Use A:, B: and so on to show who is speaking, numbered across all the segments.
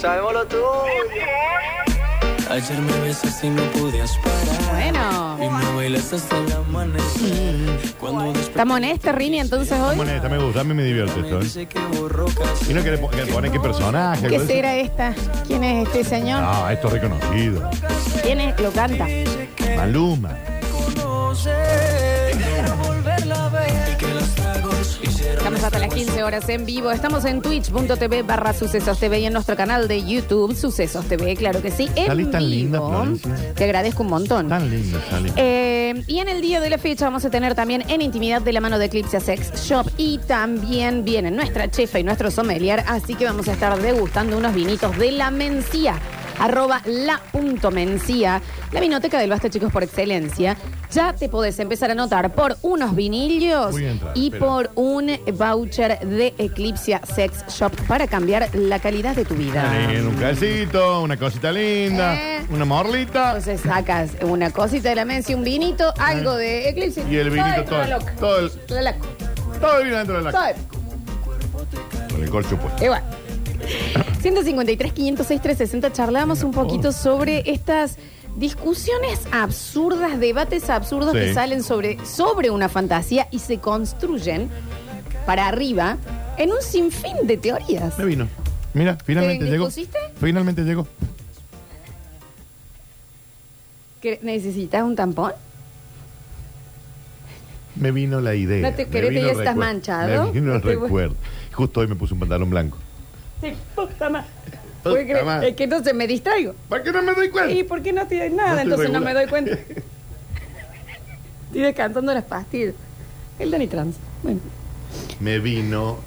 A: Sabémoslo tú.
B: Ayer me besaste y no podías parar.
C: Bueno.
B: Y me bailaste hasta el amanecer. Cuando desperté,
C: Estamos en este Rini entonces hoy.
D: Moneta, me gusta, a mí me divierte esto. ¿eh?
B: pensé que borró casi
D: Y no quiere poner qué personaje.
C: ¿Qué
D: algo de eso.
C: será esta? ¿Quién es este señor?
D: No, esto es reconocido.
C: ¿Quién es? Lo canta.
D: Maluma.
B: que los tragos hicieron
C: Estamos hasta las 15 horas en vivo. Estamos en twitch.tv barra sucesos TV y en nuestro canal de YouTube, Sucesos TV, claro que sí. En
D: Salís tan linda,
C: vivo.
D: Florencia.
C: Te agradezco un montón.
D: Tan lindo sale.
C: Eh, y en el día de la fecha vamos a tener también en intimidad de la mano de Eclipse Sex Shop y también vienen nuestra chefa y nuestro sommelier, así que vamos a estar degustando unos vinitos de la mencía, arroba la punto mencía, la vinoteca del Basta Chicos por excelencia. Ya te podés empezar a notar por unos vinillos
D: Voy a entrar,
C: y
D: espera.
C: por un voucher de Eclipse Sex Shop para cambiar la calidad de tu vida.
D: Tiene un calcito, una cosita linda,
C: Eh.
D: una morlita
C: Entonces sacas una cosita de la mesa y un vinito, algo de Eclipse.
D: y el vinito
C: Soy
D: todo.
C: una loca.
D: Todo el,
C: La loca.
D: todo el vino dentro de la
C: Soy.
D: Con el corcho puesto.
C: Igual. 153, 506, 360. Charlábamos un
D: Oh.
C: poquito sobre estas discusiones absurdas, debates absurdos
D: Sí.
C: que salen sobre, sobre una fantasía y se construyen para arriba en un sinfín de teorías.
D: Me vino. Mira, finalmente
C: ¿Te
D: llegó.
C: impusiste?
D: Finalmente llegó.
C: ¿Que ¿Necesitas un tampón?
D: Me vino la idea.
C: No te
D: me
C: querés,
D: vino
C: ya
D: el
C: estás
D: recuerdo.
C: manchado.
D: Me vino el
C: No te voy-
D: recuerdo. Justo hoy me puse un pantalón blanco.
C: Porque
D: Puta madre.
C: es que entonces me distraigo.
D: ¿Para qué no me doy cuenta?
C: ¿Y por qué no te doy nada?
D: No estoy
C: Entonces no me
D: regular.
C: doy cuenta. Estoy descansando las pastillas. El Dani Trans. Bueno.
D: me vino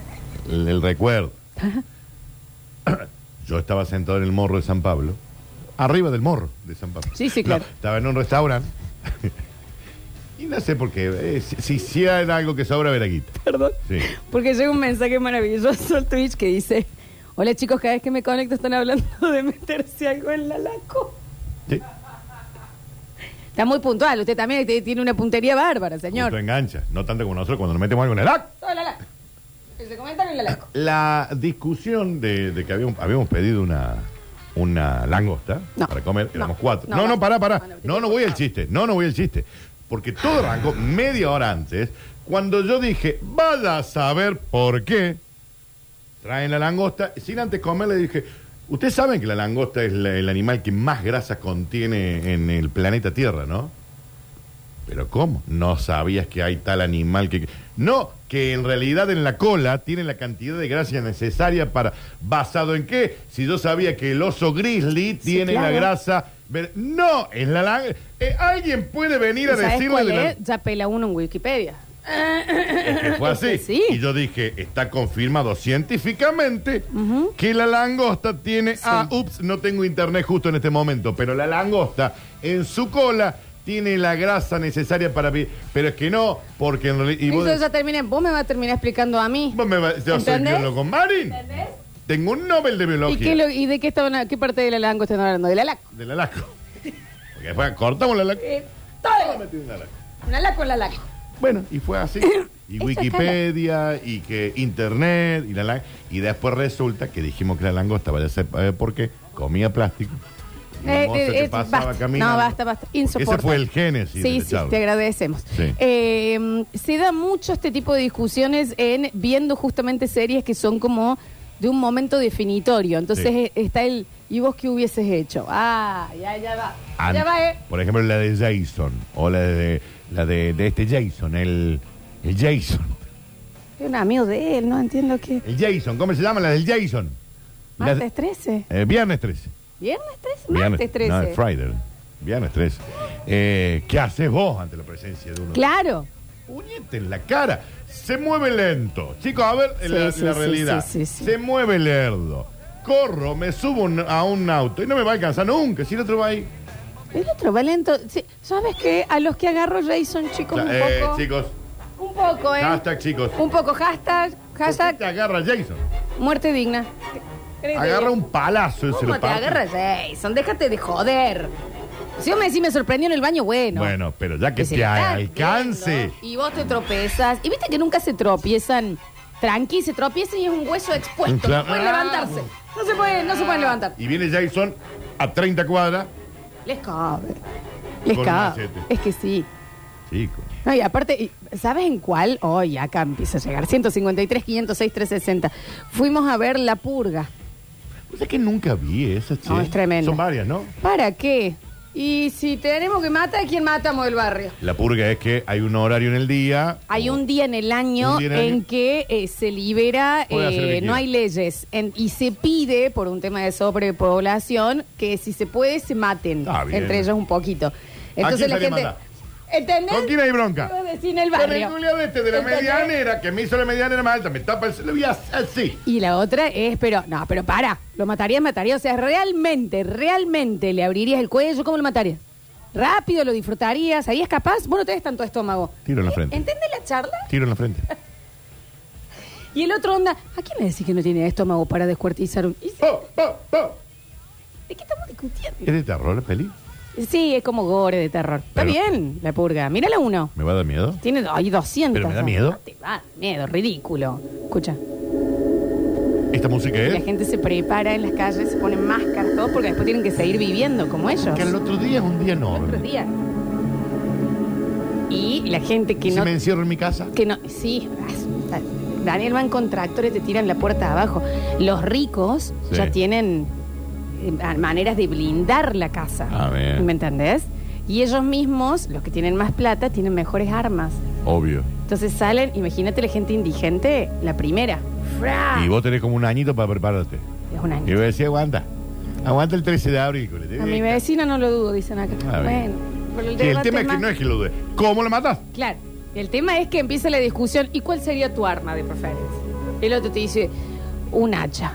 D: el, el recuerdo. Yo estaba sentado en el morro de San Pablo, arriba del morro de San Pablo.
C: Sí, sí,
D: No,
C: claro.
D: estaba en un restaurante. y no sé por qué. eh, si, si hiciera algo que sobra, veraguita.
C: Perdón.
D: Sí.
C: Porque llega un mensaje maravilloso al Twitch que dice: Hola chicos, cada vez que me conecto están hablando de meterse algo en la laco.
D: Sí.
C: Está muy puntual, usted también te- tiene una puntería bárbara,
D: Justo
C: señor.
D: engancha. No tanto como nosotros cuando nos metemos algo en el ¡Ah!
C: Todo la laco. Ese comentario en la laco.
D: La discusión de, de que habíamos, habíamos pedido una, una langosta
C: No.
D: para comer, éramos
C: No.
D: cuatro.
C: No,
D: No, no,
C: basta.
D: pará, pará.
C: Bueno, te
D: No, no
C: pido
D: voy al
C: por
D: chiste, no, no voy al chiste. Porque todo arrancó media hora antes, cuando yo dije, vaya a saber por qué traen la langosta. Sin antes comer, le dije, ustedes saben que la langosta es la- el animal que más grasa contiene en el planeta Tierra, ¿no? Pero ¿cómo? No sabías que hay tal animal que... No, que en realidad en la cola tiene la cantidad de grasa necesaria para... ¿Basado en qué? Si yo sabía que el oso grizzly tiene
C: claro.
D: la grasa... ver- No, es la... lang- eh, ¿Alguien puede venir a
C: ¿Sabes
D: decirle...
C: cuál
D: de la-
C: es? Ya pela uno en Wikipedia.
D: es que fue así.
C: Sí.
D: Y yo dije, está confirmado científicamente que la langosta tiene... Ah, ups, no tengo internet justo en este momento, pero la langosta en su cola tiene la grasa necesaria para vivir. Pero es que no, porque en realidad... Y vos,
C: Entonces ya terminé. Vos me vas a terminar explicando a mí.
D: vos me vas- yo soy
C: ¿Entendés?
D: biólogo marín. Tengo un Nobel de
C: ¿Y,
D: biología.
C: qué lo- y de qué estaban, a- qué parte de la lango están hablando? De la laco.
D: De la laco. Porque después cortamos la Ah, laco.
C: Eh, todo. Una laco en la laco.
D: Bueno, y fue así. Y
C: Esa
D: Wikipedia, y que Internet, y la lang- Y después resulta que dijimos que la langosta, vaya a ser eh, porque comía plástico. Y un
C: Eh,
D: mozo
C: eh,
D: que
C: eh,
D: pasaba
C: basta.
D: caminando.
C: No, basta, basta. Insoportable.
D: Ese fue el génesis de
C: Sí,
D: la
C: sí,
D: charla.
C: te agradecemos.
D: Sí.
C: Eh, se da mucho este tipo de discusiones en viendo justamente series que son como de un momento definitorio. Entonces
D: Sí.
C: eh, está el ¿y vos qué hubieses hecho? Ah, ya, ya va.
D: An-
C: ya va, eh.
D: Por ejemplo, la de Jason, o la de, la de, de este Jason, el, el Jason.
C: Es un amigo de él, no entiendo qué.
D: El Jason, ¿cómo se llama la del Jason? La-
C: Martes 13.
D: eh, viernes 13.
C: Viernes 13.
D: Viernes-
C: Martes 13.
D: No, es Friday. Viernes 13. Eh, ¿Qué haces vos ante la presencia de uno?
C: claro.
D: Puñete en la cara. Se mueve lento. Chicos, a ver
C: Sí,
D: la,
C: sí,
D: la
C: sí,
D: realidad.
C: sí, sí, sí.
D: Se mueve lerdo. Corro, me subo un- a un auto y no me va a alcanzar nunca. Si el otro va ahí.
C: El otro va lento. Sí, ¿Sabes qué? A los que agarro Jason, chicos,
D: Ya,
C: un
D: eh,
C: poco.
D: chicos,
C: Un poco, ¿eh?
D: hashtag, chicos.
C: Un poco hashtag,
D: ¿Por qué
C: hashtag
D: te agarra Jason.
C: muerte digna.
D: Agarra un palazo y se
C: ¿Cómo
D: lo
C: te
D: parte.
C: agarras, Jason? Déjate de joder. Si yo me decís me sorprendió en el baño, bueno.
D: Bueno, pero ya que,
C: se
D: te
C: le está
D: alcance.
C: viendo, Y vos te tropezas. Y viste que nunca se tropiezan tranqui, se tropiezan y es un hueso expuesto.
D: Claro. Ah.
C: No pueden levantarse. No se pueden, no se pueden levantar.
D: Y viene Jason a 30 cuadras.
C: Les cabe. Les
D: Con
C: cabe.
D: machete.
C: Es que sí.
D: Chico.
C: No, y aparte, y- ¿sabes en cuál? Hoy acá empieza a llegar. 153, 506, 360. Fuimos a ver La Purga.
D: O sea que nunca vi esas
C: No,
D: che.
C: es tremendo.
D: Son varias, ¿no?
C: ¿Para qué? Y si tenemos que matar, ¿a quién matamos del barrio?
D: La purga es que hay un horario en el día.
C: Hay un día en el año
D: Un día en el
C: en
D: año.
C: que eh, se libera,
D: Puede hacer lo que
C: eh, no
D: quiera.
C: hay leyes, en- y se pide, por un tema de sobrepoblación, que si se puede, se maten
D: Está Ah, bien.
C: entre ellos un poquito. Entonces
D: quién
C: la
D: se le
C: gente...
D: manda?
C: ¿Entendés?
D: ¿Con quién hay bronca?
C: Yo decía en el
D: Con
C: barrio.
D: el culiado este de la
C: ¿Entendés?
D: medianera, que me hizo la medianera más alta, me tapa el celular y hace así.
C: Y la otra es, pero, no, pero para, lo matarías, mataría. O sea, realmente, realmente le abrirías el cuello, ¿cómo lo matarías? Rápido, lo disfrutarías, ¿serías capaz? Vos no tenés tanto estómago.
D: Tiro en la frente.
C: ¿Entendés la charla?
D: Tiro en la frente.
C: Y el otro onda, ¿a quién le decís que no tiene estómago para descuartizar un.? Y sí,
D: ¡Po, po, po!
C: ¿De qué estamos discutiendo?
D: ¿Es de terror la peli?
C: Sí, es como gore de terror. Está
D: Pero-
C: bien, la purga. Mírala uno.
D: ¿Me va a dar miedo?
C: Tiene hay 200.
D: Pero me da
C: ¿no?
D: miedo.
C: No te da miedo, ridículo. Escucha.
D: ¿Esta música
C: La
D: es?
C: gente se prepara en las calles, se ponen máscaras, todo, porque después tienen que seguir viviendo como ellos.
D: Que el otro día es un día
C: otro
D: enorme.
C: día. Y la gente que
D: Si
C: no.
D: me encierro en mi casa.
C: Que no. Sí, ah, Daniel van con tractores, te tiran la puerta abajo. Los ricos
D: Sí.
C: ya tienen eh, maneras de blindar la casa.
D: A ver.
C: ¿Me entendés? Y ellos mismos, los que tienen más plata, tienen mejores armas.
D: Obvio.
C: Entonces salen, imagínate la gente indigente, la primera. ¡Fra!
D: Y vos tenés como un añito para prepararte.
C: Es un año.
D: Y vos decís, aguanta. Aguanta el 13 de abril. culete.
C: A mi vecina no lo dudo, dicen acá.
D: Ah, bien.
C: Bueno, pero
D: Sí, el
C: debate
D: tema es que
C: más-
D: no es que lo dude. ¿Cómo lo matás?
C: Claro, el tema es que empieza la discusión. ¿Y cuál sería tu arma de preferencia? El otro te dice, un hacha.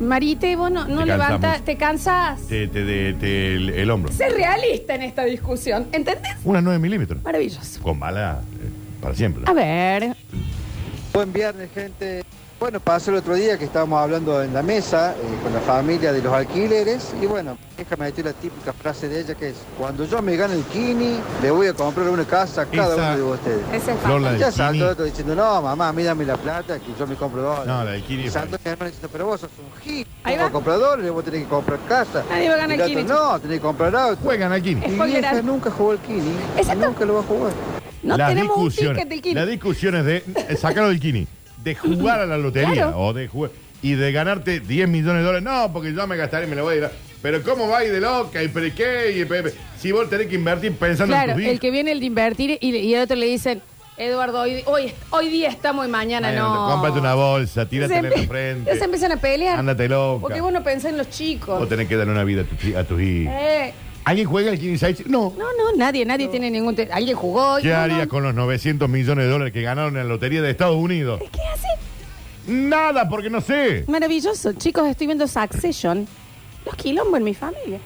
C: Marite, vos no, no
D: Te cansa
C: levantas,
D: mucho.
C: te cansas.
D: Te, te- te- te- el, el hombro.
C: Sé realista en esta discusión, ¿entendés?
D: Una 9 milímetros.
C: Maravilloso.
D: Con bala eh, para siempre.
C: A ver,
A: Buen viernes, gente. Bueno, pasó el otro día que estábamos hablando en la mesa eh, con la familia de los alquileres y bueno, déjame decir la típica frase de ella que es, cuando yo me gane el kini, le voy a comprar una casa a cada
D: Esa-
A: uno de ustedes.
C: ese es
D: Flor, la
A: Ya
D: del Kini.
A: saltó el otro diciendo, no, mamá, mí dame la plata que yo me compro dos.
D: No, la del Kini es
A: Saltó mi hermano diciendo, pero vos sos un gil,
C: Ahí
A: vos
C: va.
A: comprador, vos tenés que comprar casa.
C: Nadie va a ganar
A: Y el otro,
C: el Kini,
A: No, tenés que comprar auto.
D: Juegan aquí.
C: Es
A: Mi
C: porque
A: vieja
C: era-
A: nunca jugó el kini, y
C: Exacto.
A: nunca lo va a jugar.
C: no
D: Las
C: tenemos un
D: discusiones-
C: ticket del kit.
D: Las discusiones de eh, sacarlo del kini, de jugar a la lotería
C: Claro.
D: o de jugar y de ganarte 10 millones de dólares. No, porque yo me gastaré y me lo voy a ir. a- Pero ¿cómo va y de loca? ¿Y pero qué? Y, pe- pe- si vos tenés que invertir pensando
C: Claro,
D: en tus
C: el que viene el de invertir y, y el otro le dicen, Eduardo, hoy, hoy, hoy día estamos y mañana no.
D: Cómprate una bolsa,
C: Se
D: tíratela en
C: empie-
D: la frente.
C: Ya se empiezan a pelear.
D: Ándate loca.
C: Porque vos no pensás en los chicos.
D: O tenés que darle una vida a, tu- a tus hijos.
C: Eh,
D: ¿Alguien juega al kini seis? No.
C: No, no, nadie, nadie tiene ningún... te- Alguien jugó... y
D: ¿Qué
C: no,
D: harías
C: no.
D: con los 900 millones de dólares que ganaron en la lotería de Estados Unidos?
C: ¿Qué hace?
D: Nada, porque no sé.
C: Maravilloso. Chicos, estoy viendo Succession. Los quilombos en mi familia.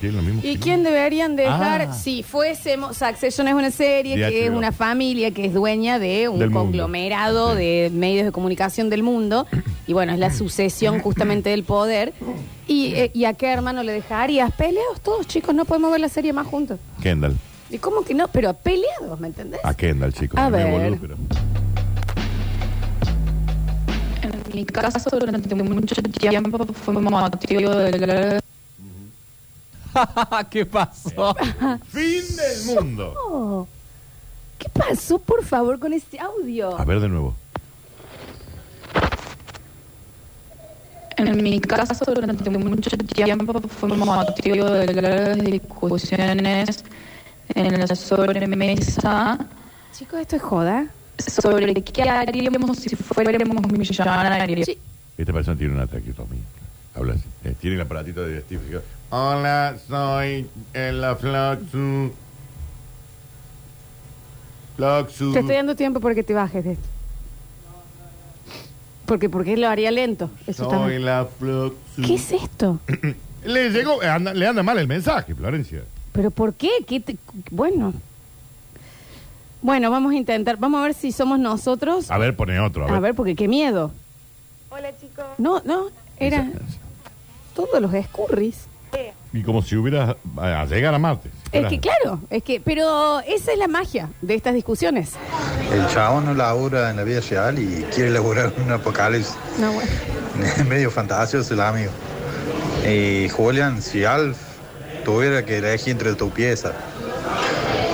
D: Tienen lo mismo
C: ¿Y
D: que-
C: quién deberían dejar
D: Ah.
C: si fuésemos? Succession es una serie
D: De
C: que es
D: HBO.
C: una familia que es dueña de un
D: Del mundo.
C: conglomerado
D: Sí.
C: de medios de comunicación del mundo. Y bueno, es la sucesión justamente del poder. ¿Y, eh, ¿y a qué hermano le dejarías? Peleados todos, chicos. No podemos ver la serie más juntos.
D: Kendall.
C: ¿Y cómo que no? Pero peleados, ¿me entendés?
D: A Kendall, chicos.
C: A
D: Me
C: ver.
D: boludo, pero-
E: En mi caso, durante mucho tiempo fue motivo de...
F: ¿Qué pasó?
D: Fin del mundo.
C: Oh. ¿Qué pasó, por favor, con este audio?
D: A ver de nuevo.
E: En mi caso, durante mucho tiempo fue motivo de las discusiones en la sobremesa
C: Chicos, esto es joda.
E: sobre qué haríamos si fuéramos millonarios.
C: Chi-
D: Esta persona tiene un ataque, Tommy. Habla así. Eh, tiene el aparatito de Steve. Hola, soy en la Flaxu. Flaxu. Mm.
C: Te estoy dando tiempo porque te bajes de esto. Porque, porque lo haría lento. Eso está
D: Soy
C: mal.
D: la Flaxu.
C: ¿Qué es esto?
D: Le llegó, eh, anda- le anda mal el mensaje, Florencia.
C: ¿Pero por qué? ¿Qué te- Bueno. Bueno, vamos a intentar. Vamos a ver si somos nosotros.
D: A ver, pone otro. Ah, A ver.
C: A ver, porque qué miedo.
G: Hola chicos,
C: No, no. Era todos los escurris.
D: Y como si hubiera eh, a llegar a Marte.
C: Es que, claro. Es que, pero esa es la magia de estas discusiones.
H: El chabón no labura en la vida real y quiere laburar en un apocalipsis.
C: No, bueno.
F: medio fantasioso el amigo. Y Julian, si Alf tuviera que elegir entre tu pieza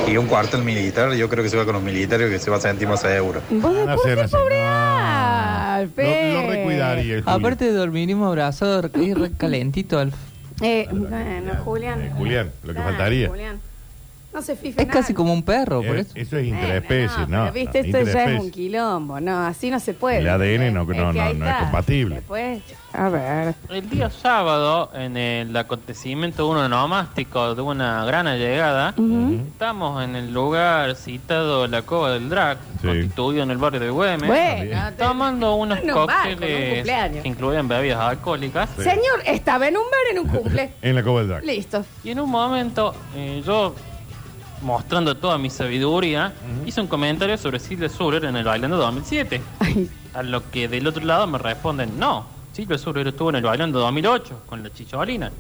F: y un cuartel militar, yo creo que se va con los militares que se va a sentir más seguro.
C: Vos
D: Van a
C: después
D: ser
C: de
D: así.
C: pobre
D: Ah, No.
C: Alf, eh.
D: Lo, lo recuidaría. el Juli.
G: Aparte dormiremos abrazado y re calentito. Alf.
C: Eh, bueno, Julián.
D: Eh, Julián, lo que
C: Claro,
D: faltaría.
C: Julián. No se fijen.
G: Es casi como un perro, por
D: Eh,
G: eso.
D: Eso es interespecie, ¿no?
C: pero Viste,
D: no,
C: esto ya es un
D: interespecie.
C: quilombo. No, así no se puede.
D: El ADN no-
C: Es
D: no-
C: que ahí
D: no- no es
C: está.
D: compatible.
C: Después, a ver.
H: El día sábado, en el acontecimiento uno nomástico de una gran allegada, estamos en el lugar citado La Cova del Drac,
D: Sí.
H: constituido en el barrio de Güemes,
C: Bueno, te-
H: tomando unos
C: no va con un
H: cócteles
C: cumpleaños.
H: que incluían bebidas alcohólicas.
D: Sí.
C: Señor, estaba en un bar en un cumple.
D: En la Copa del Drac.
C: Listo.
H: Y en un momento, eh, yo, mostrando toda mi sabiduría, hice un comentario sobre Silvia Zuller en el Bailando 2007.
C: Ay,
H: A lo que del otro lado me responden, no, Silvia Zuller estuvo en el Bailando 2008 con la chicholina.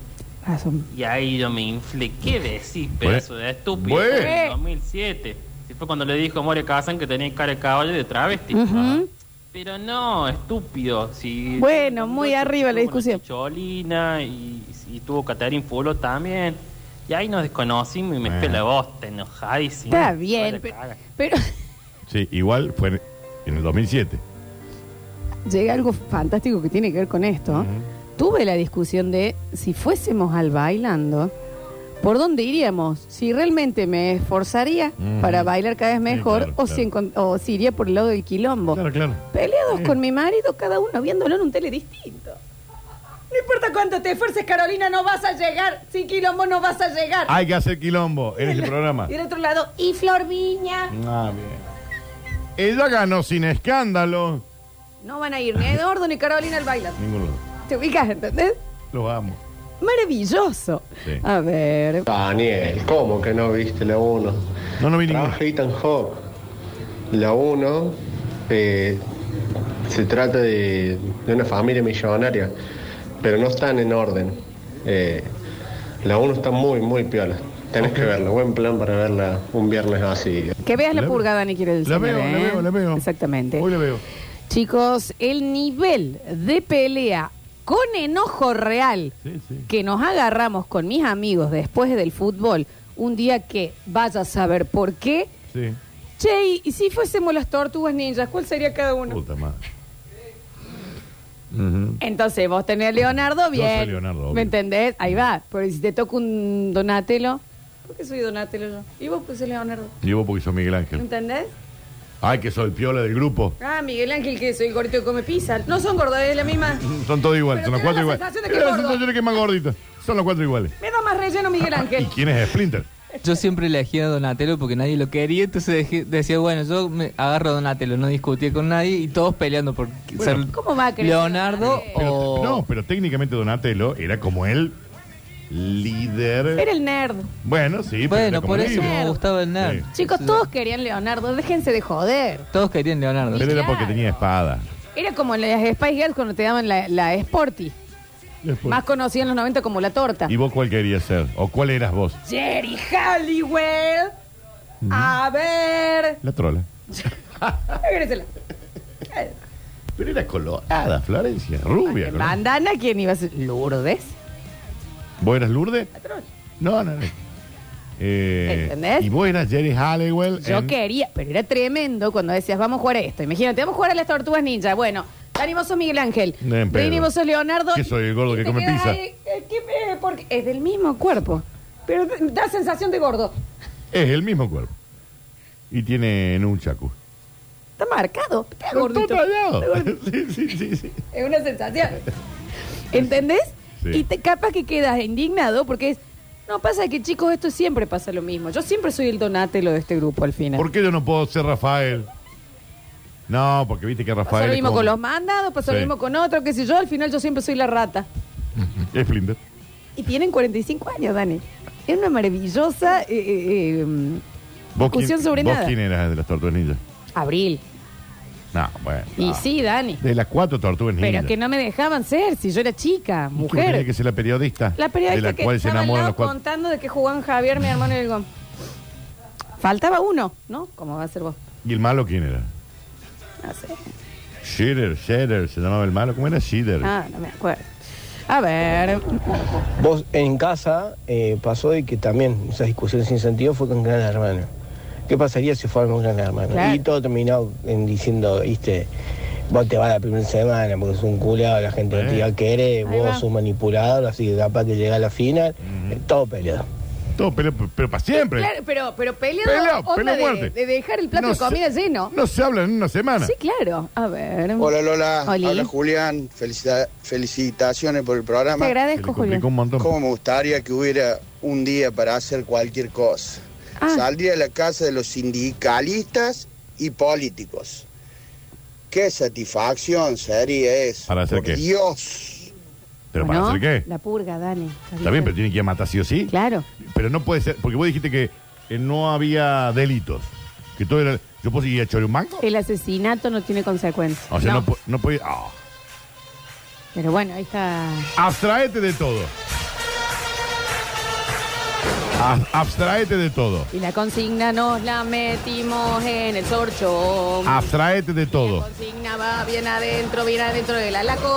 C: razón.
H: Y ahí yo me inflé. ¿Qué decís, pedazo de estúpido?
D: Bueno.
H: En el 2007. Si fue cuando le dijo a Moria Kazan que tenía cara de caballo y de travesti. Ah.
C: Ujú.
H: Pero no, estúpido. Si
C: Bueno, muy arriba la
H: Tuvo una
C: discusión.
H: Chicholina y, y tuvo Catarín Fulo también. Y ahí nos desconocimos y me
D: Bueno.
H: fue la voz, te enojadísimo.
C: Está
H: Vaya
C: bien, pero,
H: caga.
C: pero
D: Sí, igual fue en- en el 2007.
C: llega algo fantástico que tiene que ver con esto. Tuve la discusión de si fuésemos al bailando, ¿por dónde iríamos? Si realmente me esforzaría
D: Ujú.
C: para bailar cada vez
D: Sí,
C: mejor
D: claro,
C: o, si encon- o si iría por el lado del quilombo.
D: Claro, claro.
C: Peleados
D: Sí.
C: con mi marido, cada uno viéndolo en un tele distinto. No importa cuánto te esfuerces, Carolina, no vas a llegar. Sin quilombo no vas a llegar.
D: Hay que hacer quilombo en ese programa.
C: Y del otro lado, y Flor Viña.
D: Ah, bien. Ella ganó sin escándalo.
C: No van a ir ni Eduardo ni Carolina al bailando.
D: Ninguno. de los
C: ¿Te ubicas, entendés?
D: dos. Los amo.
C: Maravilloso.
D: Sí.
C: A ver.
I: Ah, Daniel, ¿cómo que no viste la 1?
D: No, no vi ninguno.
I: Trabaja Ethan Hawke. La 1 eh, se trata de, de una familia millonaria, pero no están en orden. Eh, la 1 está muy, muy piola. Tenés que verla, buen plan para verla un viernes así.
C: Que veas la
D: La-
C: purga, Dani, quiere decir.
D: La veo, la veo, la veo.
C: Exactamente.
D: Hoy la veo.
C: Chicos, el nivel de pelea con enojo real
D: Sí, sí.
C: que nos agarramos con mis amigos después del fútbol, un día que vaya a saber por qué.
D: Sí.
C: Che, y- y si fuésemos las tortugas ninjas, ¿cuál sería cada uno?
D: Puta madre. Ujú.
C: Entonces, vos tenés a Leonardo, bien.
D: soy Leonardo, obvio.
C: ¿Me entendés? Ahí va. Pero si te toca un Donatello, ¿por qué soy Donatello yo? Y vos pues Leonardo.
D: Y vos porque sos Miguel
C: ¿Me
D: Ángel.
C: entendés?
D: Ay, que soy el piola del grupo.
C: Ah, Miguel Ángel, que soy el gordito que come pizza. No son gordos, es la misma.
D: Son todos iguales,
C: Pero tengo
D: son los cuatro
C: la
D: iguales.
C: sensación de que
D: Tiene la
C: gordo.
D: sensación de que es más gordito. Son los cuatro iguales.
C: Me da más relleno Miguel
D: ¿Y
C: Ángel.
D: quién es Splinter?
G: Yo siempre elegía a Donatello porque nadie lo quería, entonces dejé- decía, bueno, yo me agarro a Donatello, no discutía con nadie y todos peleando por ser
C: ¿Cómo va a creer
G: Leonardo
D: Pero-
G: o...
D: No, pero técnicamente Donatello era como el líder.
C: Era el nerd.
D: Bueno, sí, pero era
G: bueno,
D: como
G: por
D: líder.
G: eso me
C: Nerd.
G: gustaba el nerd.
D: Sí.
C: Chicos,
G: Entonces,
C: todos querían Leonardo, déjense de joder.
G: Todos querían Leonardo.
D: Pero era porque
C: Claro.
D: tenía espada.
C: Era como en las Spice Girls cuando te daban la, la Sporty, más conocida en los 90 como la torta.
D: ¿Y vos cuál querías ser? ¿O cuál eras vos?
C: Jerry Halliwell. A ver.
D: La trola.
C: Regrésela.
D: Pero era colorada, Florencia, rubia. colorada.
C: Bandana, ¿quién iba a ser? Lourdes.
D: ¿Vos eras Lourdes? No, no, no. Eh,
C: ¿Entendés?
D: Y vos eras Jerry Halliwell.
C: Yo
D: en-
C: quería, pero era tremendo cuando decías, vamos a jugar a esto. Imagínate, vamos a jugar a las tortugas ninja. Bueno, Dani, vos sos Miguel Ángel.
D: No, en pedo.
C: Rini, vos sos Leonardo.
D: Que soy el gordo
C: Y
D: que
C: te
D: come
C: quedas
D: pizza.
C: ahí, eh, ¿qué, eh, porque es del mismo cuerpo, pero da sensación de gordo.
D: Es el mismo cuerpo. Y tiene en un chacu.
C: Está marcado, está gordito.
D: Está tallado.
C: Está gordito.
D: sí, sí, sí, sí.
C: Es una sensación. ¿Entendés?
D: Sí.
C: Y te, capaz que quedas indignado porque es. No pasa que, chicos, esto siempre pasa lo mismo. Yo siempre soy el donatelo de este grupo al final.
D: ¿Por qué yo no puedo ser Rafael? No, porque viste que
C: Pasó
D: Rafael.
C: lo
D: es
C: mismo
D: como-
C: con los mandados, pasó lo
D: Sí.
C: mismo con otro, qué sé yo. Al final yo siempre soy la rata.
D: Es Splinter.
C: Y tienen 45 años, Dani. Es una maravillosa eh, eh, eh, mm,
D: ¿Vos
C: Discusión
D: quién,
C: sobre
D: vos
C: nada.
D: quién eras de las tortugas ninja?
C: abril.
D: No, bueno.
C: Y
D: no.
C: sí, Dani.
D: De las cuatro tortugas ninja.
C: Pero que no me dejaban ser si yo era chica,
D: ¿Y quién tenía
C: mujer.
D: que ser la periodista.
C: La periodista
D: De la
C: que
D: cual se
C: estaba al
D: enamoran
C: lado
D: los cuatro.
C: contando de que jugaban Javier, mi hermano y el Gom. Faltaba uno, ¿no? ¿Cómo va a ser vos? Ah,
D: ¿Y el malo quién era?
C: No sé.
D: Shitter, Shitter, se llamaba el malo. ¿Cómo era Shitter?
C: Ah, no me acuerdo. A ver.
J: Vos en casa eh, pasó de que también esas discusiones sin sentido fue con Gran Hermano. ¿Qué pasaría si fuéramos un Gran Hermano?
C: Claro.
J: Y todo terminó en diciendo, viste, vos te vas la primera semana porque sos un culiao, la gente no te
D: Eh.
J: va a querer,
C: Ahí
J: vos
C: va.
J: sos un manipulador, así que capaz que llega a la final, eh, todo peleado.
D: Todo, pero, pero para siempre.
C: Claro, pero, pero peleado,
D: Pelea,
C: onda
D: pelea
C: de-
D: muerte.
C: de, dejar el plato
D: No
C: de comida
D: se-
C: lleno.
D: No se habla en una semana.
C: Sí, claro. A ver.
K: Hola Lola,
C: Oli.
K: habla Julián, Felicita- felicitaciones por el
C: Te
K: programa.
D: Se le
C: agradezco, Julio.
D: complicó un montón.
K: ¿Cómo me gustaría que hubiera un día para hacer cualquier cosa?
C: Ah.
K: Saldría a la casa de los sindicalistas y políticos. Qué satisfacción sería eso.
D: ¿Para hacer
K: por
D: qué?
K: Dios.
D: ¿Pero
C: Bueno,
D: para hacer qué?
C: La purga, Dani. Está
D: Está bien, pero tiene que ir a matar sí o sí.
C: Claro.
D: Pero no puede ser, porque vos dijiste que eh, no había delitos. Que todo era. ¿Yo puedo seguir a Chorumango?
C: El asesinato no tiene consecuencias.
D: O sea, no,
C: No,
D: po- no podía. ah.
C: Pero bueno, ahí está.
D: Abstraete de todo. A- abstraete de todo.
C: Y la consigna nos la metimos en el sorcho.
D: Ah, Abstraete de
C: La
D: todo.
C: consigna va bien adentro, bien adentro de la laco.